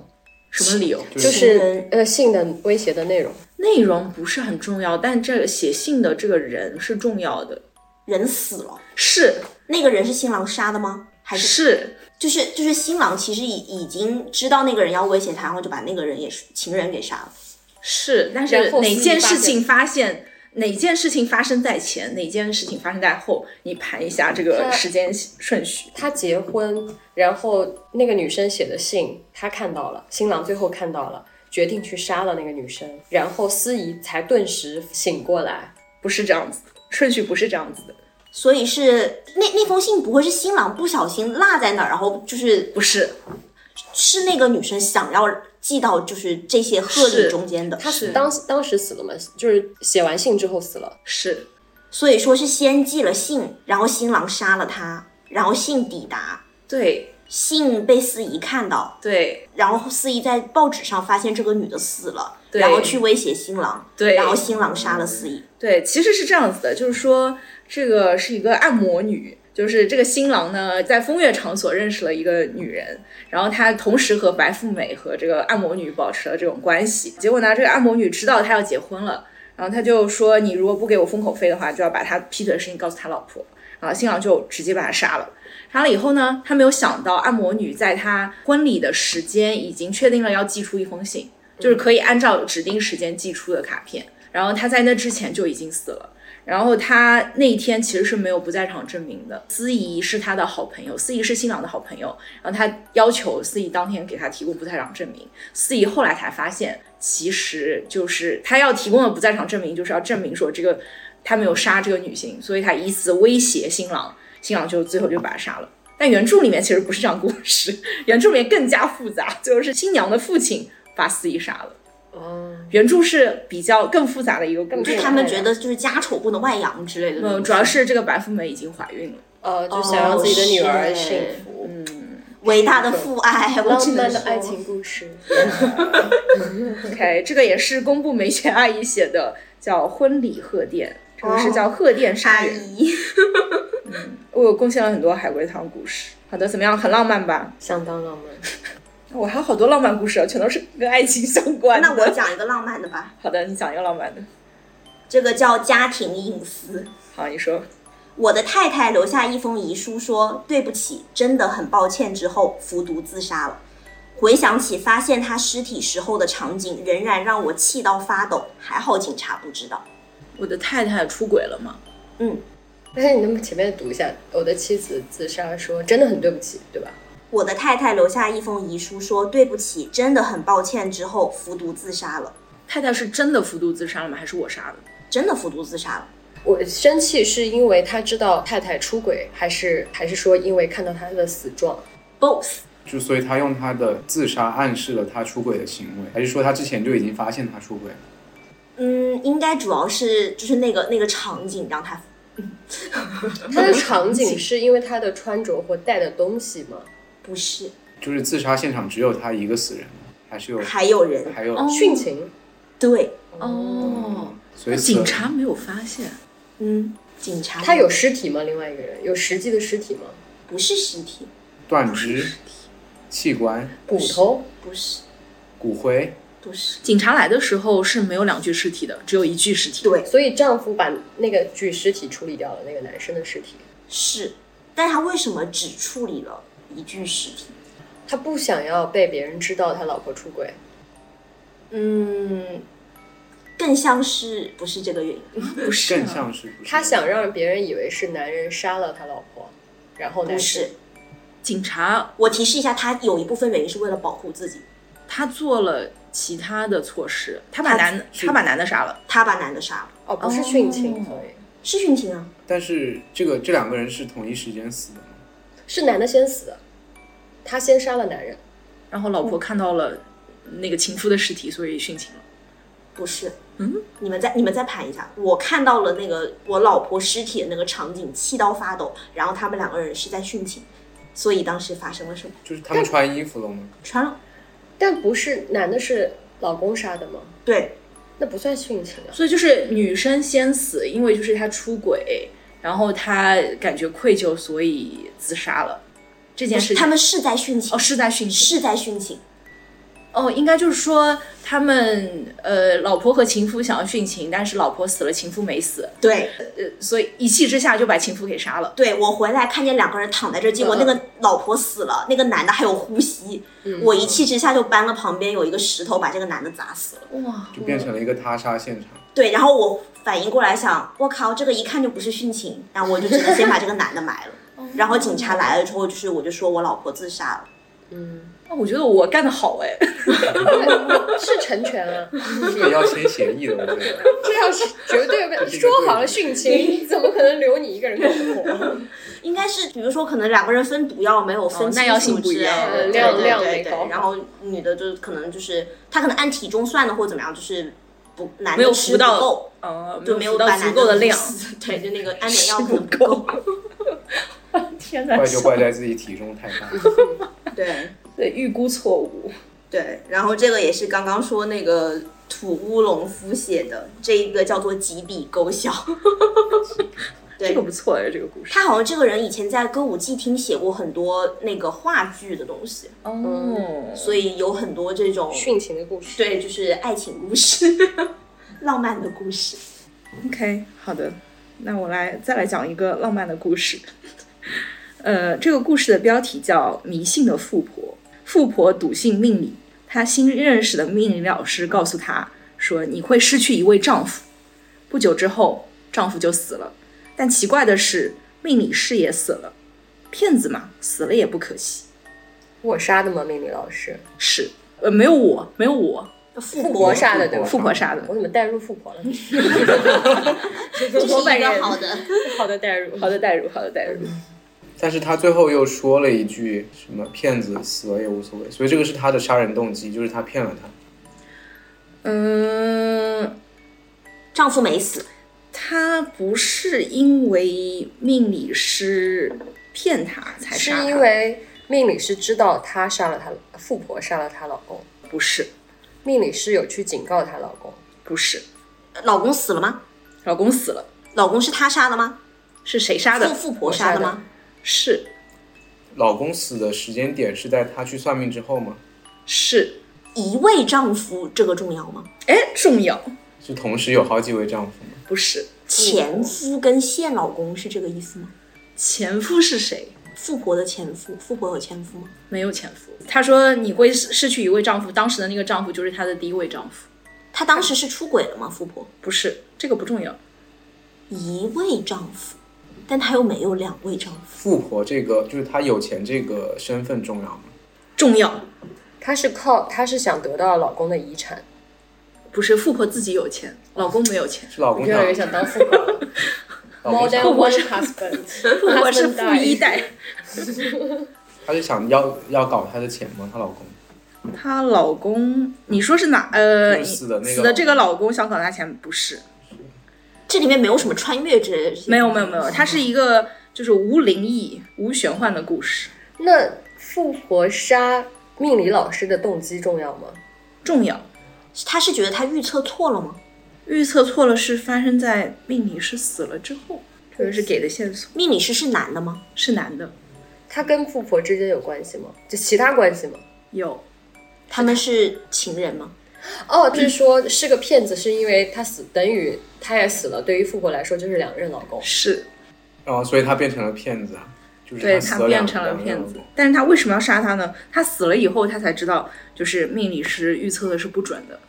S2: 什么理由？
S4: 就
S1: 就
S3: 情
S1: 是
S3: 人
S1: 呃性的威胁的内容。
S2: 内容不是很重要，但这个写信的这个人是重要的。
S3: 人死了，
S2: 是
S3: 那个人是新郎杀的吗？还是
S2: 是
S3: 就是就是新郎其实已已经知道那个人要威胁他，然后就把那个人也是情人给杀了。
S2: 是，但
S1: 然
S2: 是
S1: 后
S2: 哪
S1: 司仪
S2: 件
S1: 发
S2: 事
S1: 现
S2: 情发现？哪件事情发生在前，哪件事情发生在后？你盘一下这个
S1: 他
S2: 时间顺序。
S1: 他结婚，然后那个女生写的信，他看到了，新郎最后看到了，决定去杀了那个女生，然后司仪才顿时醒过来。
S2: 不是这样子，顺序不是这样子的，
S3: 所以是那那封信不会是新郎不小心落在哪儿，然后就是
S2: 不是。
S3: 是那个女生想要寄到就是这些贺礼
S2: 是
S3: 中间的，
S1: 他
S2: 是
S1: 当当时死了嘛，就是写完信之后死了。
S2: 是
S3: 所以说是先寄了信，然后新郎杀了他，然后信抵达，
S2: 对
S3: 信被司仪看到，
S2: 对
S3: 然后司仪在报纸上发现这个女的死了，
S2: 对
S3: 然后去威胁新郎，
S2: 对
S3: 然后新郎杀了司仪，
S2: 对，其实是这样子的，就是说这个是一个按摩女，就是这个新郎呢在风月场所认识了一个女人，然后他同时和白富美和这个按摩女保持了这种关系，结果呢这个按摩女知道他要结婚了，然后他就说你如果不给我封口费的话，就要把他劈腿的事情告诉他老婆，然后新郎就直接把他杀了。杀了以后呢，他没有想到按摩女在他婚礼的时间已经确定了要寄出一封信，就是可以按照指定时间寄出的卡片。然后他在那之前就已经死了。然后他那一天其实是没有不在场证明的。司仪是他的好朋友，司仪是新郎的好朋友。然后他要求司仪当天给他提供不在场证明。司仪后来才发现，其实就是他要提供的不在场证明，就是要证明说这个他没有杀这个女性，所以他以此威胁新郎，新郎就最后就把他杀了。但原著里面其实不是这样故事，原著里面更加复杂，就是新娘的父亲把司仪杀了。
S1: 哦，
S2: 原著是比较更复杂的一个故
S1: 更复
S2: 事
S3: 就
S1: 杂
S3: 是他们觉得就是家丑不能外扬之类的东西。
S2: 嗯，主要是这个白富美已经怀孕了。
S1: 呃，就想让自己的女儿幸福，
S3: 伟大的父爱，我
S1: 浪
S3: 只能
S1: 漫
S3: 说
S1: 的爱。情故事。
S2: OK，这个也是公布梅贤阿姨写的，叫《婚礼贺电》，这个是叫《贺电杀
S3: 阿
S2: 人》
S3: 姨，
S2: 我有贡献了很多海龟汤故事。好的，怎么样？很浪漫吧？
S1: 相当浪漫。
S2: 我还有好多浪漫故事啊，全都是跟爱情相关的。
S3: *laughs* 那我讲一个浪漫的吧，
S2: 好的，你讲一个浪漫的。
S3: 这个叫家庭隐私。
S2: 好，你说。
S3: 我的太太留下一封遗书说，对不起，真的很抱歉。之后服毒自杀了。回想起发现她尸体时候的场景，仍然让我气到发抖。还好警察不知道。
S2: 我的太太出轨了吗？
S1: *laughs* 但是你能不能前面读一下？我的妻子自杀说真的很对不起，对吧？
S3: 我的太太留下一封遗书说，对不起，真的很抱歉。之后服毒自杀了，
S2: 太太是真的服毒自杀了吗？还是我杀的？
S3: 真的服毒自杀了。
S1: 我生气是因为他知道太太出轨，还是还是说因为看到他的死状？
S3: both。
S4: 就所以他用他的自杀暗示了他出轨的行为，还是说他之前就已经发现他出轨？
S3: 嗯，应该主要是就是那个那个场景让他
S1: 它的场景是因为他的穿着或带的东西吗？
S3: 不是
S4: 就是自杀现场只有他一个死人吗，还是有
S3: 还有人
S4: 还有、
S2: 哦
S1: 殉情
S3: 对，
S2: 哦，
S4: 所以死
S2: 警
S4: 了
S2: 察没有发现，
S3: 嗯，警察
S1: 他有尸体吗？另外一个人有实际的尸体吗？
S3: 不是尸体，
S1: 哦
S4: 断肢、器官、
S1: 骨头
S3: 不是
S4: 骨灰，
S3: 不是
S2: 警察来的时候是没有两具尸体的，只有一具尸体。
S3: 对
S1: 所以丈夫把那个举尸体处理掉了，那个男生的尸体，
S3: 是，但他为什么只处理了一具尸体？
S1: 他不想要被别人知道他老婆出轨，
S3: 嗯，更像是不是这个原因？
S2: 不是啊
S4: 更像是不是
S1: 他想让别人以为是男人杀了他老婆，然后男
S3: 不
S1: 生
S3: 是，
S2: 警察，
S3: 我提示一下，他有一部分原因是为了保护自己，
S2: 他做了其他的措施，他把
S3: 他
S2: 男
S4: 是
S2: 他把男的杀了，
S3: 他把男的杀了，
S1: 哦不是殉情，
S2: 哦
S1: 所以
S3: 是殉情啊？
S4: 但是这个这两个人是同一时间死的吗？
S1: 是男的先死的，他先杀了男人，
S2: 然后老婆看到了那个情夫的尸体，所以殉情了。
S3: 不是，
S2: 嗯，
S3: 你们再你们再盘一下，我看到了那个我老婆尸体的那个场景，气到发抖，然后他们两个人是在殉情，所以当时发生了什么？
S4: 就是他们穿衣服了吗？
S3: 穿了，
S1: 但不是男的是老公杀的吗？
S3: 对，
S1: 那不算殉情啊，
S2: 所以就是女生先死，因为就是她出轨，然后她感觉愧疚，所以自杀了。这件
S3: 不
S2: 事
S3: 是
S2: 情
S3: 他们是在殉情，
S2: 哦是在殉情
S3: 是在殉情，
S2: 哦，应该就是说他们呃老婆和情夫想要殉情，但是老婆死了，情夫没死，
S3: 对
S2: 所以一气之下就把情夫给杀了。
S3: 对，我回来看见两个人躺在这儿，结果
S1: 嗯
S3: 那个老婆死了，那个男的还有呼吸，
S2: 嗯
S3: 我一气之下就搬了旁边有一个石头把这个男的砸死了，
S2: 哇，
S4: 就变成了一个他杀现场。
S3: 对，然后我反应过来想，我靠，这个一看就不是殉情，然后我就只能先把这个男
S2: *laughs*
S3: 的埋了。
S2: 哦
S3: *laughs* 然后警察来了之后，就是我就说我老婆自杀了，
S1: 嗯，
S2: 那哦我觉得我干得好哎，
S1: *laughs* 是成全啊，
S4: 这个要签协议的，我觉得。
S1: *laughs* 这要是绝对被说好了殉情，怎么可能留你一个人苟 *laughs* 活？
S3: 应该是比如说可能两个人分毒药没有分
S2: 哦
S3: 清
S2: 耐药
S3: 楚
S2: 性不
S3: 之
S2: 一
S3: 类
S2: 样
S3: 的，
S1: 量
S3: 对对
S1: 量
S3: 对
S1: 没搞
S3: 对
S1: 好。
S3: 然后女的就可能就是她可能按体重算的或者怎么样，就是不男
S2: 没
S3: 的
S2: 有
S3: 吃
S2: 服
S3: 不
S2: 到
S3: 够，
S2: 呃，
S3: 就没
S2: 没
S3: 有
S2: 有到
S3: 把
S2: 足
S3: 男
S2: 够
S3: 的
S2: 的量。
S3: 毒死，对，就那个安眠药可
S2: 不
S3: 能不够。
S2: 天
S4: 怪就怪在自己体重太大。
S3: 对
S2: 对预估错误。
S3: 对，然后这个也是刚刚说那个土乌龙夫写的，这一个叫做几笔勾销。对
S2: 这个不错哎，这个故事。
S3: 他好像这个人以前在歌舞伎町写过很多那个话剧的东西，
S1: 嗯
S2: 哦，
S3: 所以有很多这种
S1: 殉情的故事，
S3: 对，就是爱情故事、 *laughs* 浪漫的故事。
S2: OK，好的，那我来再来讲一个浪漫的故事。呃，这个故事的标题叫《迷信的富婆》。富婆笃信命理，她新认识的命理老师告诉她说：“你会失去一位丈夫。”不久之后，丈夫就死了。但奇怪的是，命理师也死了。骗子嘛，死了也不可惜。
S1: 我杀的吗？命理老师，
S2: 是，呃，没有我，没有我，
S3: 富
S1: 富婆杀的对吧？
S2: 富婆杀的。
S1: 我怎么带入富 *laughs* 婆了？
S3: 这是
S1: 我本
S3: 一
S1: 人
S3: 个好的，
S1: *laughs* 好的代入，
S2: 好的代入，好的代入。
S4: 但是他最后又说了一句什么“骗子死了也无所谓”，所以这个是他的杀人动机，就是他骗了他。
S2: 嗯，
S3: 丈夫没死，
S2: 他不是因为命理师骗他才
S1: 是
S2: 杀他，
S1: 因为命理师知道她杀了她富婆杀了她老公，
S2: 不是
S1: 命理师有去警告她老公，
S2: 不是
S3: 老公死了吗？
S2: 老公死了，
S3: 老公是他杀的吗？
S2: 是谁杀
S3: 是
S2: 的？
S3: 富婆杀的
S1: 我杀
S3: 吗？
S2: 是
S4: 老公死的时间点是在他去算命之后吗？
S2: 是，
S3: 一位丈夫这个重要吗？
S2: 哎，重要
S4: 是同时有好几位丈夫吗？
S2: 不是？
S1: 嗯
S2: 嗯
S3: 前夫跟现老公是这个意思吗？
S2: 前夫是谁？
S3: 富婆的前夫，富婆有前夫吗？
S2: 没有前夫。他说你会失失去一位丈夫，当时的那个丈夫就是他的第一位丈夫，
S3: 她当时是出轨了吗？富婆
S2: 不是这个不重要。
S3: 一位丈夫，但她又没有两位丈夫，
S4: 富婆这个就是她有钱这个身份重要吗？
S2: 重要
S1: 她是靠她是想得到老公的遗产，
S2: 不是富婆自己有钱，老公没
S1: *laughs*
S2: 有钱。
S4: 是老公
S1: 越
S4: 想
S1: 来
S2: 嗯
S1: 越想当富婆
S2: *laughs*
S1: 了。
S4: 老公
S1: More than
S4: 想
S1: one husband，
S2: 富婆是富一代，
S4: 她是想要要搞她的钱吗？她老公
S2: 她老公，你说是哪？呃，
S4: 就是死的那个
S2: 死的这个老公想搞她钱，不是？
S3: 这里面没有什么穿越之类的事情，
S2: 没有没有没有，它是一个就是无灵异、无玄幻的故事，
S1: 那富婆杀命理老师的动机重要吗？
S2: 重要。
S3: 他是觉得他预测错了吗？
S2: 预测错了是发生在命理师死了之后，这个是给的线索，
S3: 命理师是男的吗？
S2: 是男的，
S1: 她跟富婆之间有关系吗？就其他关系吗？
S2: 有
S3: 他们是情人吗？
S1: 哦，
S2: 嗯
S1: 就是说是个骗子，是因为她死，等于她也死了。对于富婆来说，就是两任老公。
S2: 是
S4: 然后所以她变成了骗子啊，就是
S2: 对
S4: 她
S2: 他
S4: 死了两
S2: 变成了骗子
S4: 两个，
S2: 但是他为什么要杀他呢？他死了以后，他才知道就是命理师预测的是不准的，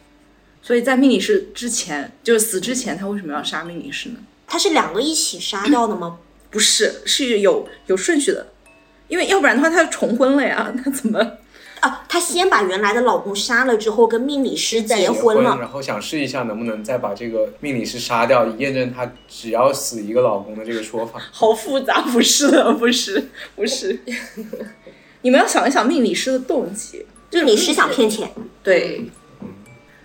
S2: 所以在命理师之前，就是死之前，他为什么要杀命理师呢？
S3: 他是两个一起杀掉的吗？ *clears throat*
S2: 不是，是有有顺序的，因为要不然的话他重婚了呀，他怎么？
S3: 啊，他先把原来的老公杀了之后，跟命理师结婚了。
S4: 然后想试一下能不能再把这个命理师杀掉，以验证她只要死一个老公的这个说法。
S2: 好复杂，不是的，不是，不是。你们要想一想命理师的动机，
S3: 命理师想骗钱，
S2: 对，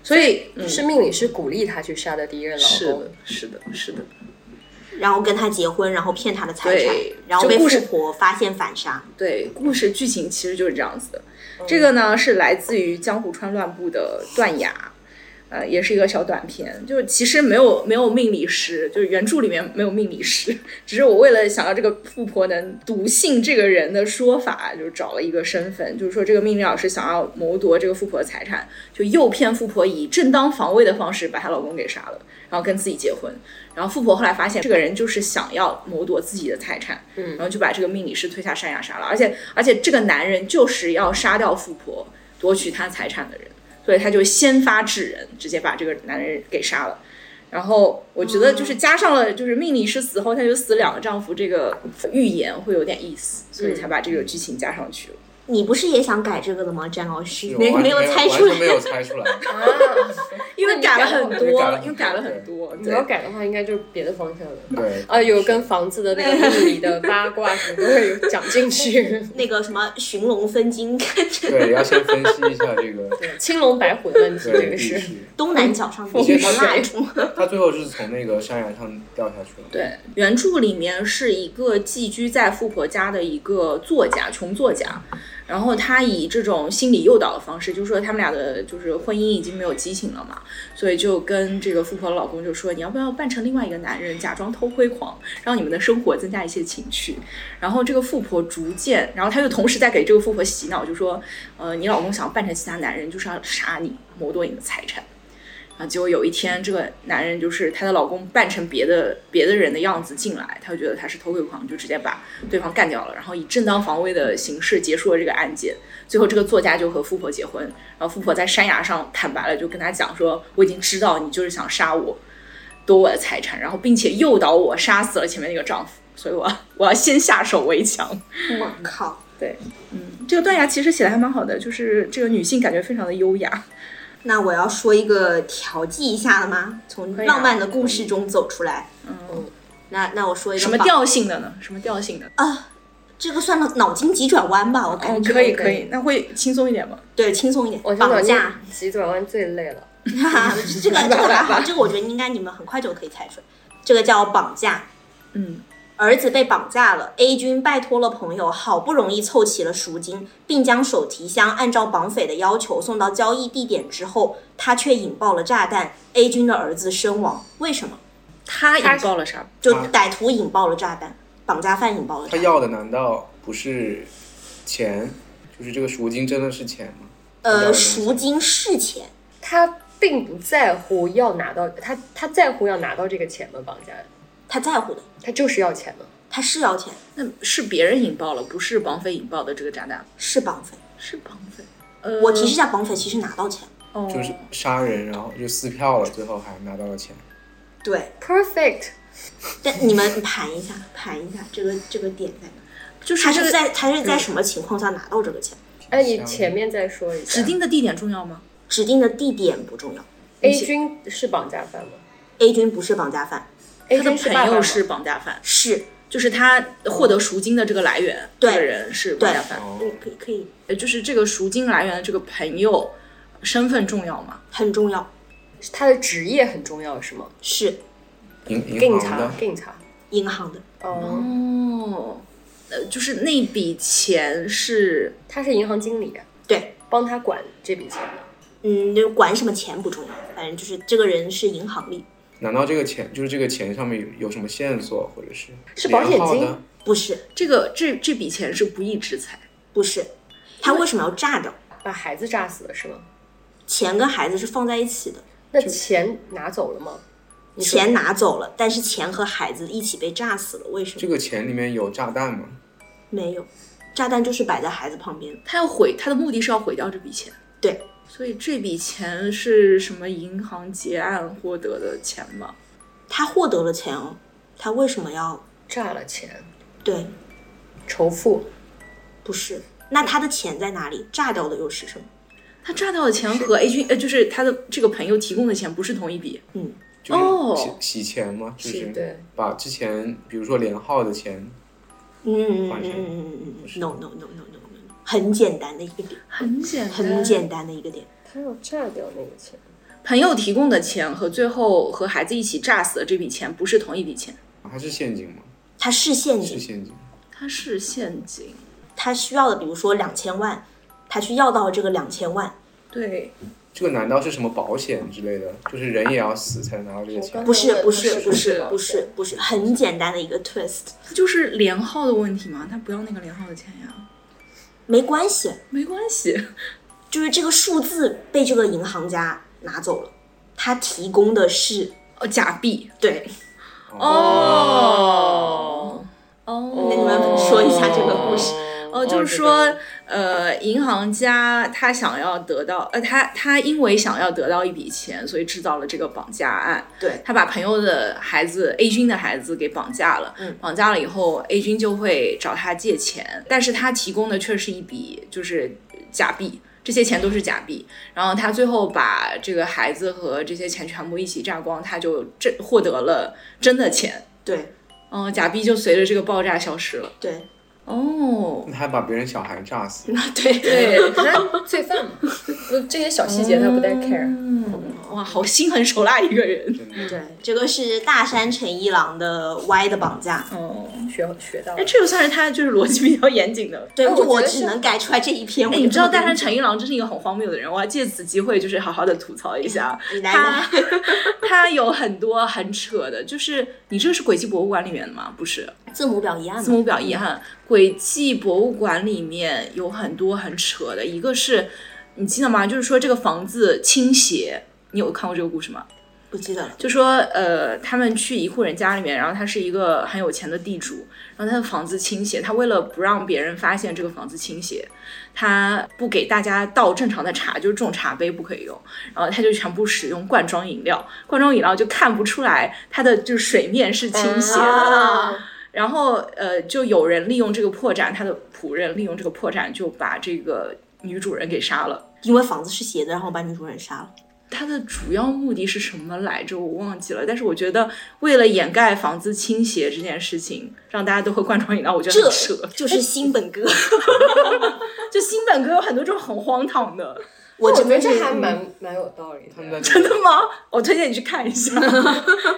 S2: 所以嗯，
S1: 是命理师鼓励她去杀的第一任老
S2: 是
S1: 公
S2: 的，，是的，是的，
S3: 然后跟他结婚，然后骗他的财产
S2: 对，
S3: 然后被
S2: 就故事
S3: 富婆发现反杀。
S2: 对，故事剧情其实就是这样子的。这个呢是来自于江户川乱步的《断崖》，呃，也是一个小短片。就是其实没有没有命理师，就是原著里面没有命理师，只是我为了想要这个富婆能笃信这个人的说法，就找了一个身份，就是说这个命理老师想要谋夺这个富婆的财产，就诱骗富婆以正当防卫的方式把她老公给杀了，然后跟自己结婚。然后富婆后来发现这个人就是想要谋夺自己的财产，然后就把这个命理师推下山崖杀了。而且而且这个男人就是要杀掉富婆，夺取她财产的人，所以他就先发制人，直接把这个男人给杀了。然后我觉得就是加上了就是命理师死后他就死两个丈夫这个预言会有点意思，所以才把这个剧情加上去了。
S3: 你不是也想改这个的吗，詹老师？
S4: 我
S3: 没
S4: 完全
S3: 没有猜出
S4: 完全没
S3: 来。
S4: 有猜出
S3: *laughs*
S4: 来。
S2: *laughs*
S1: 啊，
S2: 因为改了很
S4: 因为改
S2: 多
S4: 了，
S2: 因为改了很多，
S1: 你要
S2: 对，
S1: 改的话，应该就是别的方向了。
S4: 对，
S1: 啊，有跟房子的那个命理的八卦什么都会有讲进
S2: *laughs*
S1: 去，
S3: 那个什么寻龙分金，
S4: 对，要先分析一下这个
S1: 对青龙白虎的问题，这
S4: 对
S1: 个
S4: 地
S1: 是。
S4: 势。
S3: 东南角上 *laughs* 有
S4: 你先
S3: 一个
S4: 说
S3: 蜡烛，
S4: 他最后是从那个山崖上掉下去了。
S2: 对，原著里面是一个寄居在富婆家的一个作家，穷作家。然后他以这种心理诱导的方式，就说他们俩的就是婚姻已经没有激情了嘛，所以就跟这个富婆的老公就说，你要不要扮成另外一个男人，假装偷窥狂，让你们的生活增加一些情趣。然后这个富婆逐渐，然后他又同时在给这个富婆洗脑，就说，呃，你老公想扮成其他男人，就是要杀你，谋夺你的财产。啊，结果有一天，这个男人就是她的老公扮成别的别的人的样子进来，她就觉得他是偷窥狂，就直接把对方干掉了，然后以正当防卫的形式结束了这个案件。最后，这个作家就和富婆结婚，然后富婆在山崖上坦白了，就跟他讲说：“我已经知道你就是想杀我，夺我的财产，然后并且诱导我杀死了前面那个丈夫，所以我要我要先下手为强。”
S3: 我靠！
S2: 这个断崖其实写的还蛮好的，就是这个女性感觉非常的优雅。
S3: 那我要说一个调剂一下的吗？从
S2: 可以啊
S3: 浪漫的故事中走出来。嗯，那那我说一个
S2: 什么
S3: 吧
S2: 调性的呢？什么调性的？
S3: 这个算脑筋急转弯吧，我感觉、
S2: 哦可以
S1: 可
S2: 可
S1: 以
S2: 以，那会轻松一点吗？
S3: 对轻松一点。
S1: 我觉得脑
S3: 绑
S1: 筋
S3: 架，
S1: 急转弯最累了。
S3: *laughs* 这个这个还好，这个我觉得应该你们很快就可以猜出来。这个叫绑架，
S2: 嗯，
S3: 儿子被绑架了，A 君拜托了朋友，好不容易凑齐了赎金，并将手提箱按照绑匪的要求送到交易地点之后，他却引爆了炸弹，A 君的儿子身亡。为什么？
S2: 他引爆了啥？
S3: 就
S4: 啊
S3: 歹徒引爆了炸弹，绑架犯引爆了
S4: 他
S3: 炸弹。
S4: 要的难道不是钱？就是这个赎金真的是钱吗？
S3: 呃，赎金是钱，
S1: 他并不在乎要拿到他，他在乎要拿到这个钱吗？绑架人
S3: 他在乎的，
S1: 他就是要钱吗？
S3: 他是要钱，
S2: 那是别人引爆了，不是绑匪引爆的这个炸弹，
S3: 是绑匪。
S2: 是绑匪。呃，
S3: 我提示一下，绑匪其实拿到钱了。
S2: 哦，
S4: 就是杀人，然后就撕票了，最后还拿到了钱。
S3: 对，
S1: Perfect，
S3: 但你们盘一下，盘一下这个这个点在哪？
S2: 就是
S3: 他
S2: 这
S3: 是嗯
S2: 个
S3: 在他是在什么情况下拿到这个钱？
S1: 哎，你前面再说一下
S2: 指。定的地点重要吗？
S3: 指定的地点不重要。
S1: A 君是绑架犯吗
S3: A 君不是绑架犯，
S1: ？A
S2: 他的
S1: 君是爸爸
S2: 朋友
S1: 吗
S2: 是绑架犯，
S3: 是
S2: 就是他获得赎金的这个来源，这
S3: 对
S2: 个人是吴家帆，
S4: 哦
S3: 对，嗯可以可以，
S2: 呃就是这个赎金来源的这个朋友身份重要吗？
S3: 很重要，
S1: 他的职业很重要是吗？
S3: 是
S4: 银
S1: 警
S4: 银行
S1: 察
S4: 的，，
S1: 警察。
S3: 银行的，
S1: 哦，
S2: 哦，呃，就是那笔钱是
S1: 他是银行经理，
S3: 对，
S1: 帮他管这笔钱的。
S3: 嗯，就管什么钱不重要，反正就是这个人是银行里，
S4: 难道这个钱就是这个钱上面有有什么线索，或者是
S1: 是保险
S4: 连号
S1: 金
S4: 的？
S3: 不是
S2: 这个这这笔钱是不义之财，
S3: 不是，他为什么要炸着？
S1: 把孩子炸死了是吗？
S3: 钱跟孩子是放在一起的，
S1: 那钱拿走了吗？你说
S3: 钱拿走了，但是钱和孩子一起被炸死了，为什
S4: 这
S3: 么？
S4: 个钱里面有炸弹吗？
S3: 没有，炸弹就是摆在孩子旁边的，
S2: 他要毁他的目的是要毁掉这笔钱，
S3: 对，
S2: 所以这笔钱是什么银行结案获得的钱吗？
S3: 他获得了钱哦，他为什么要？
S1: 炸了钱，
S3: 对，
S1: 仇富
S3: 不是，那他的钱在哪里？炸掉的又是什么？
S2: 他炸掉的钱和 A 君，呃，就是他的这个朋友提供的钱不是同一笔，
S4: 就
S2: 哦
S4: 是洗、洗钱吗？就是是
S1: 对
S4: 把之前比如说连号的钱，
S3: 嗯嗯
S4: 还
S3: 嗯
S4: 是
S3: 嗯嗯嗯嗯，no no no no no no，no，很简单的一个点，
S2: 很简单，
S3: 很简单的一个点，
S1: 他要炸掉那个钱，
S2: 朋友提供的钱和最后和孩子一起炸死的这笔钱不是同一笔钱，
S4: 啊它是陷阱吗？
S3: 它是陷
S4: 是
S3: 阱，
S4: 陷阱。
S2: 它是陷阱。
S3: 他需要的，比如说两千万，他去要到了这个两千万，
S2: 对，
S4: 这个难道是什么保险之类的？就是人也要死才能拿到这个
S1: 我刚
S4: 钱？
S3: 不是
S1: 问
S3: 嗯不
S1: 的
S3: 是不
S1: 是
S3: 是不是不是，很简单的一个 twist，
S2: 它就是连号的问题嘛，他不要那个连号的钱呀，
S3: 没关系，
S2: 没关系。
S3: 就是这个数字被这个银行家拿走了，他提供的是
S2: 哦，假币。
S3: 对，
S4: 啊
S2: 哦哦，
S3: 那你们说一下这个故事。
S2: 哦，就是说，呃，银行家他想要得到，呃，他他因为想要得到一笔钱，所以制造了这个绑架案。
S3: 对
S2: 他把朋友的孩子 A 君的孩子给绑架了，
S3: 嗯
S2: 绑架了以后，A 君就会找他借钱，但是他提供的却是一笔就是假币。这些钱都是假币，然后他最后把这个孩子和这些钱全部一起榨光，他就真获得了真的钱，
S3: 对
S2: 嗯，假币就随着这个爆炸消失了。
S3: 对
S2: 哦，
S4: 那还把别人小孩炸死？
S3: *laughs* 对
S1: 对，他罪犯嘛，不这些小细节他不太 care。
S2: 嗯，哇，好心狠手辣一个人。
S4: 真的
S3: 对，这个是大山诚一郎的《Y 的绑架》。
S2: *laughs* 哦，
S1: 学学到了
S2: 哎，这个算是他就是逻辑比较严谨的。
S3: 对，
S1: 哎我觉
S3: 我
S1: 得
S3: 只
S1: 是
S3: 能改出来这一篇。我
S2: 哎，
S3: 就
S2: *laughs* 你知道
S3: 不跟
S2: 大山
S3: 讲
S2: 诚一郎真是一个很荒谬的人，我要借此机会就是好好的吐槽一下
S3: 你来
S2: 他
S3: 来，，
S2: *laughs* 他有很多很扯的，就是你这个是轨迹博物馆里面的吗？不是，
S3: 字母表一样
S2: 字
S3: 嘛？
S2: 母表遗憾，轨迹博物馆里面有很多很扯的，一个是你记得吗？就是说这个房子倾斜，你有看过这个故事吗？
S3: 不记得了。
S2: 就说呃，他们去一户人家里面，然后他是一个很有钱的地主，然后他的房子倾斜，他为了不让别人发现这个房子倾斜，他不给大家倒正常的茶，就是这种茶杯不可以用，然后他就全部使用罐装饮料，罐装饮料就看不出来它的就是水面是倾斜的。
S1: 嗯
S3: 啊，
S2: *laughs* 然后呃，就有人利用这个破绽，他的仆人利用这个破绽就把这个女主人给杀了。
S3: 因为房子是斜的，然后把女主人杀了。
S2: 它的主要目的是什么来着？我忘记了。但是我觉得，为了掩盖房子倾斜这件事情，让大家 *laughs* 都喝罐装饮料，我觉得
S3: 这
S2: 很扯。哎
S3: 就是新本哥，
S2: 就新本科有很多这种很荒唐的，
S3: 我
S1: 我
S3: 真
S1: 觉得
S3: 的
S1: 这
S3: 是
S1: 还蛮蛮有道理
S4: 他
S1: 嗯的
S4: 们在
S1: 呀。
S2: 真的吗？我推荐你去看一
S1: *laughs*
S2: 下，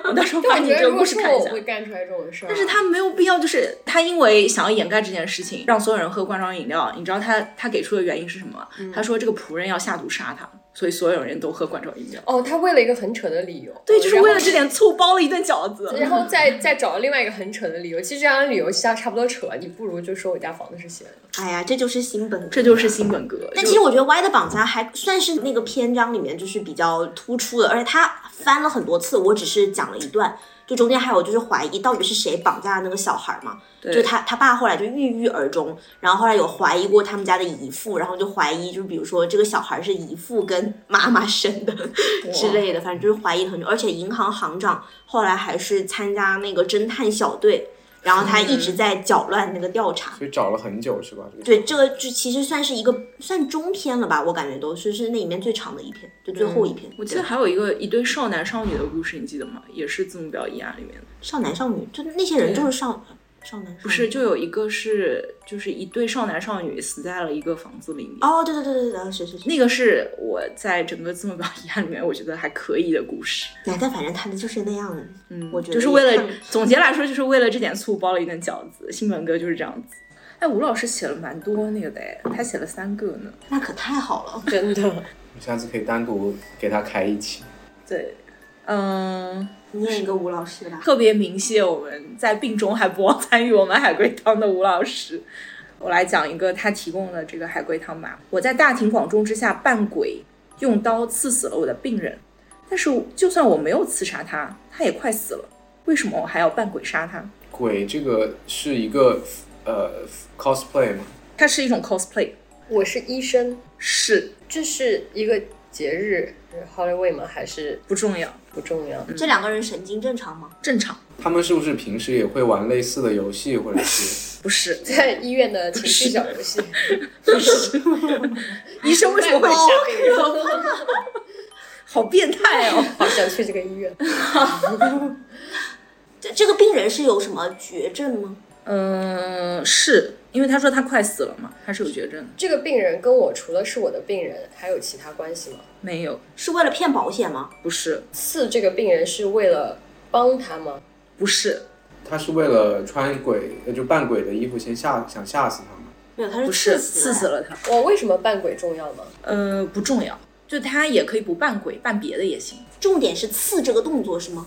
S2: 我到时候把
S1: 但我
S2: 你
S1: 觉
S2: 这
S1: 得
S2: 个
S1: 如
S2: 故
S1: 果
S2: 事
S1: 是
S2: 看
S1: 我，
S2: 一
S1: 我
S2: 下。
S1: 会干出来这种事儿。啊
S2: 但是他没有必要，就是他因为想要掩盖这件事情，让所有人喝罐装饮料。你知道他他给出的原因是什么吗？
S1: 嗯
S2: 他说这个仆人要下毒杀他，所以所有人都喝罐装饮料。
S1: 哦，他为了一个很扯的理由，
S2: 对，就是
S1: 然后
S2: 为了这点醋包了一顿饺子。
S1: 然后再再找另外一个很扯的理由，其实这样的理由差差不多扯，你不如就说我家房子是斜的。
S3: 哎呀，这就是新本哥。
S2: 这就是新本格。
S3: 但
S2: 就
S3: 其实我觉得《Y 的绑架》还算是那个篇章里面就是比较突出的，而且他翻了很多次，我只是讲了一段，就中间还有就是怀疑到底是谁绑架了那个小孩嘛，就他他爸后来就郁郁而终，然后后来有怀疑过他们家的姨父，然后就怀疑就比如说这个小孩是姨父跟妈妈生的 *laughs* 之类的，反正就是怀疑很久，而且银行行长后来还是参加那个侦探小队，然后他一
S2: 嗯
S3: 直在搅乱那个调查，
S4: 所以找了很久是吧？这个
S3: 对，这个就其实算是一个算中篇了吧，我感觉都是是那里面最长的一篇，就最后一篇。
S2: 嗯我记得还有一个一对少男少女的故事，你记得吗？也是字母表一案里面的。
S3: 少男少女，就那些人就是少，少男少女
S2: 不是，就有一个是就是一对少男少女死在了一个房子里面。
S3: 哦，对对对对对，是是是，
S2: 那个是我在整个《字母表遗憾》里面我觉得还可以的故事，
S3: 奶蛋反正他们就是那样的，嗯，我觉得
S2: 就是为
S3: 也
S2: 了
S3: 看
S2: 总结来说就是为了这点醋包了一顿饺子。新本哥就是这样子。哎，吴老师写了蛮多那个的，哎，他写了三个呢。
S3: 那可太好了，
S1: 真的，
S4: 我下次可以单独给他开一期。
S2: 对，嗯，
S3: 念一个吴老师吧。
S2: 特别鸣谢我们在病中还不忘参与我们海龟汤的吴老师。我来讲一个他提供的这个海龟汤吧。我在大庭广众之下扮鬼，用刀刺死了我的病人，但是就算我没有刺杀他，他也快死了，为什么我还要扮鬼杀他？
S4: 鬼这个是一个呃 cosplay 嘛，
S2: 它是一种 cosplay，
S1: 我是医生，
S2: 是
S1: 这是一个节日是，Halloween 吗？还是
S2: 不重要，
S1: 不重要？
S3: 这两个人神经正常吗？
S2: 正常，
S4: 他们是不是平时也会玩类似的游戏，或者
S2: *laughs*
S4: 是
S2: 不是
S1: 在医院的情绪小游 *laughs* 戏，
S2: 医生为什么会
S1: 好
S2: 这
S1: 可
S2: 样？
S1: 怕！
S2: 好变态哦！
S1: *laughs* 好想去这个医院。
S3: 这这个病人是有什么绝症吗？
S2: 嗯、是因为他说他快死了嘛，他是有绝症的，
S1: 这个病人跟我除了是我的病人，还有其他关系吗？
S2: 没有，
S3: 是为了骗保险吗？
S2: 不是，
S1: 刺这个病人是为了帮他吗？
S2: 不是，
S4: 他是为了穿鬼呃就扮鬼的衣服先吓想吓死他们？
S3: 没有，他
S2: 不
S3: 刺
S2: 是，
S3: 死
S2: 刺死了他。
S1: 我为什么扮鬼重要吗？
S2: 呃，不重要，就他也可以不扮鬼，扮别的也行。
S3: 重点是刺这个动作是吗？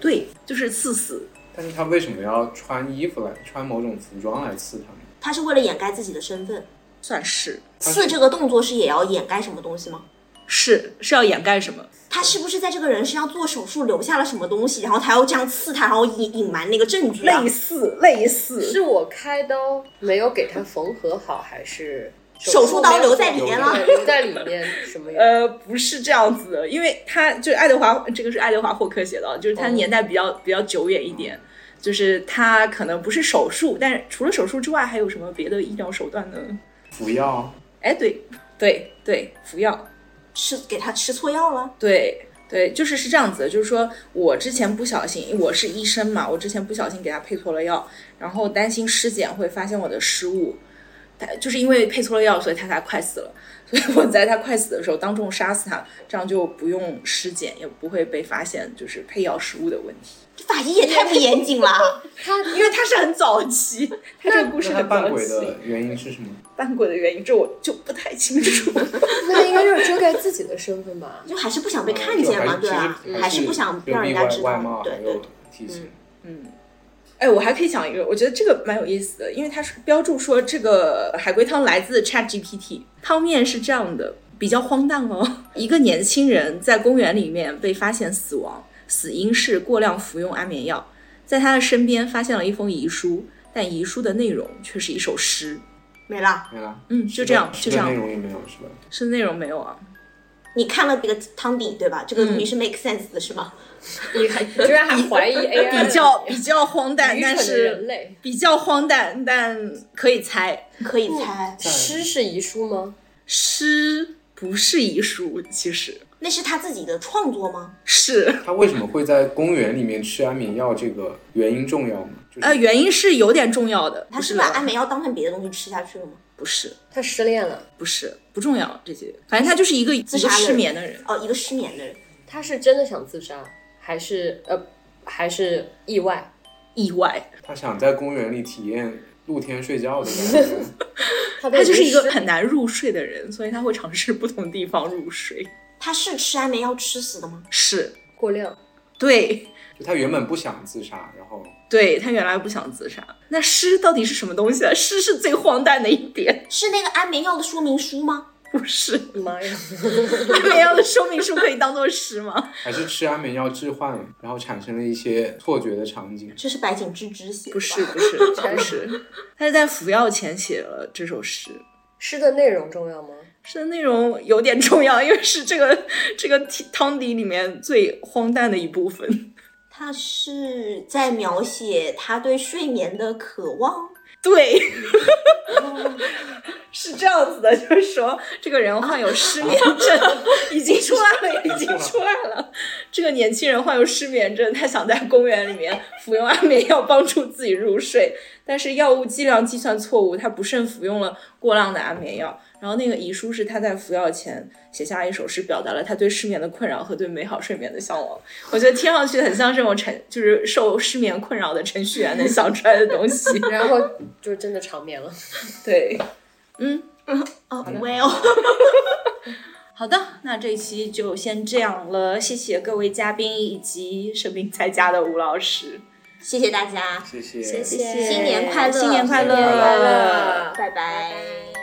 S2: 对，就是刺死，
S4: 但是他为什么要穿衣服来穿某种服装来刺他们？
S3: 他是为了掩盖自己的身份。
S2: 算是
S3: 刺这个动作是也要掩盖什么东西吗？
S2: 是是要掩盖什么？
S3: 他是不是在这个人身上做手术留下了什么东西，然后他要这样刺他，然后隐隐瞒那个证据、啊？
S2: 似，类似，
S1: 是我开刀没有给他缝合好，还是
S3: 手术刀留在里面了
S1: 对留在里面什么
S3: *laughs*
S1: 原因？
S2: 呃，不是这样子的，因为他就是爱德华，这个是爱德华霍克写的，就是他年代比较、比较久远一点。就是他可能不是手术，但是除了手术之外，还有什么别的医疗手段呢？
S4: 服药？
S2: 哎，对，对，对，服药，
S3: 吃给他吃错药了？
S2: 对对，就是是这样子的，就是说我之前不小心，我是医生嘛，我之前不小心给他配错了药，然后担心尸检会发现我的失误，他就是因为配错了药，所以他才快死了。 *laughs* 所以我在他快死的时候当众杀死他，这样就不用尸检，也不会被发现就是配药失误的问题。
S3: 这法医也太不严谨
S4: *laughs*
S3: 了。
S4: 嗯
S1: 他
S2: 因为他是很早期，他这个故
S4: 那
S2: 事
S4: 他
S2: 很早
S4: 扮
S2: 期
S4: 鬼，的原因是什么？
S2: 扮鬼的原因这我就不太清楚。
S1: 那应该就是遮盖自己的身份吧？
S3: 就还是不想被看见嘛，
S4: 就
S3: 对吧？
S4: 其实
S3: 还是不想
S4: 就
S3: 让人家
S4: 外
S3: 知
S4: 外貌啊
S3: 道，对
S4: 还
S3: 对嗯
S4: 有。体型。
S2: 哎，我还可以讲一个，我觉得这个蛮有意思的，因为它是标注说这个海龟汤来自 Chat GPT，汤面是这样的，比较荒诞哦。一个年轻人在公园里面被发现死亡，死因是过量服用安眠药，在他的身边发现了一封遗书，但遗书的内容却是一首诗。
S3: 没了。
S4: 没了，
S2: 嗯，就这样，
S4: 是
S2: 就
S4: 的
S2: 这
S4: 是的内
S2: 样，
S4: 容也没有，是吧？
S2: 是内容没有啊？
S3: 你看了这个汤底对吧？这个你是 make sense 的是吗？
S1: 你还居然还怀
S3: *laughs*
S1: 疑 AI 的
S2: 比较比较荒诞，
S1: 哎愚蠢
S2: 但
S1: 的人
S2: 是
S1: 类。
S2: 比较荒诞，但可以猜
S3: 可以猜，
S1: 诗是遗书吗？
S2: 诗不是遗书，其实
S3: 那是他自己的创作吗？
S2: 是。
S4: 他为什么会在公园里面吃安眠药？这个原因重要吗？就是
S2: 呃，原因是有点重要的，
S3: 他
S2: 不
S3: 是
S2: 是
S3: 把
S2: 吧？
S3: 安眠药当成别的东西吃下去了吗？
S2: 不是，
S1: 他失恋了，
S2: 不是，不重要这些，反正他就是一个一
S3: 自
S2: 个
S3: 杀的
S2: 失
S3: 人
S2: 眠的人，
S3: 哦，一个失眠的人，
S1: 他是真的想自杀，还是呃，还是意外？
S2: 意外，
S4: 他想在公园里体验露天睡觉的感
S3: *laughs*
S4: 觉。
S1: 他
S2: 他
S1: 他
S2: 就是一个很难入睡的人，所以他会尝试不同地方入睡。
S3: 他是吃安眠药吃死的吗？
S2: 是，
S1: 过量。
S2: 对，
S4: 就他原本不想自杀，然后
S2: 对他原来不想自杀。那诗到底是什么东西啊？诗是最荒诞的一点，
S3: 是那个安眠药的说明书吗？
S2: 不是？
S3: *laughs*
S1: 妈 *laughs* 呀！
S2: 安眠药的说明书可以当做诗吗？ *laughs*
S4: 还是吃安眠药致幻，然后产生了一些错觉的场景。
S3: 这是白井智之写的吧，
S2: 不是，不是，不是， *laughs* 他是在服药前写了这首诗。
S1: 诗的内容重要吗？
S2: 是的内容有点重要，因为是这个这个汤底里面最荒诞的一部分。
S3: 他是在描写他对睡眠的渴望。
S2: 对， *laughs* 是这样子的，就是说这个人患有失眠症，已经出来了，已经出来了。这个年轻人患有失眠症，他想在公园里面服用安眠药帮助自己入睡，但是药物剂量计算错误，他不慎服用了过量的安眠药。然后那个遗书是他在服药前写下一首诗，表达了他对失眠的困扰和对美好睡眠的向往。我觉得听上去很像这种程，就是受失眠困扰的程序员能想出来的东西。
S1: 然后就真的长眠了。
S2: 对，嗯
S3: 哦，well，
S2: *laughs* 好的，那这一期就先这样了，谢谢各位嘉宾以及生病 *laughs* 在家的吴老师，
S3: 谢谢大家，
S4: 谢谢，
S1: 谢谢
S3: 新年快乐，
S2: 新年快乐，
S4: 新年快
S1: 乐拜
S3: 拜拜
S1: 拜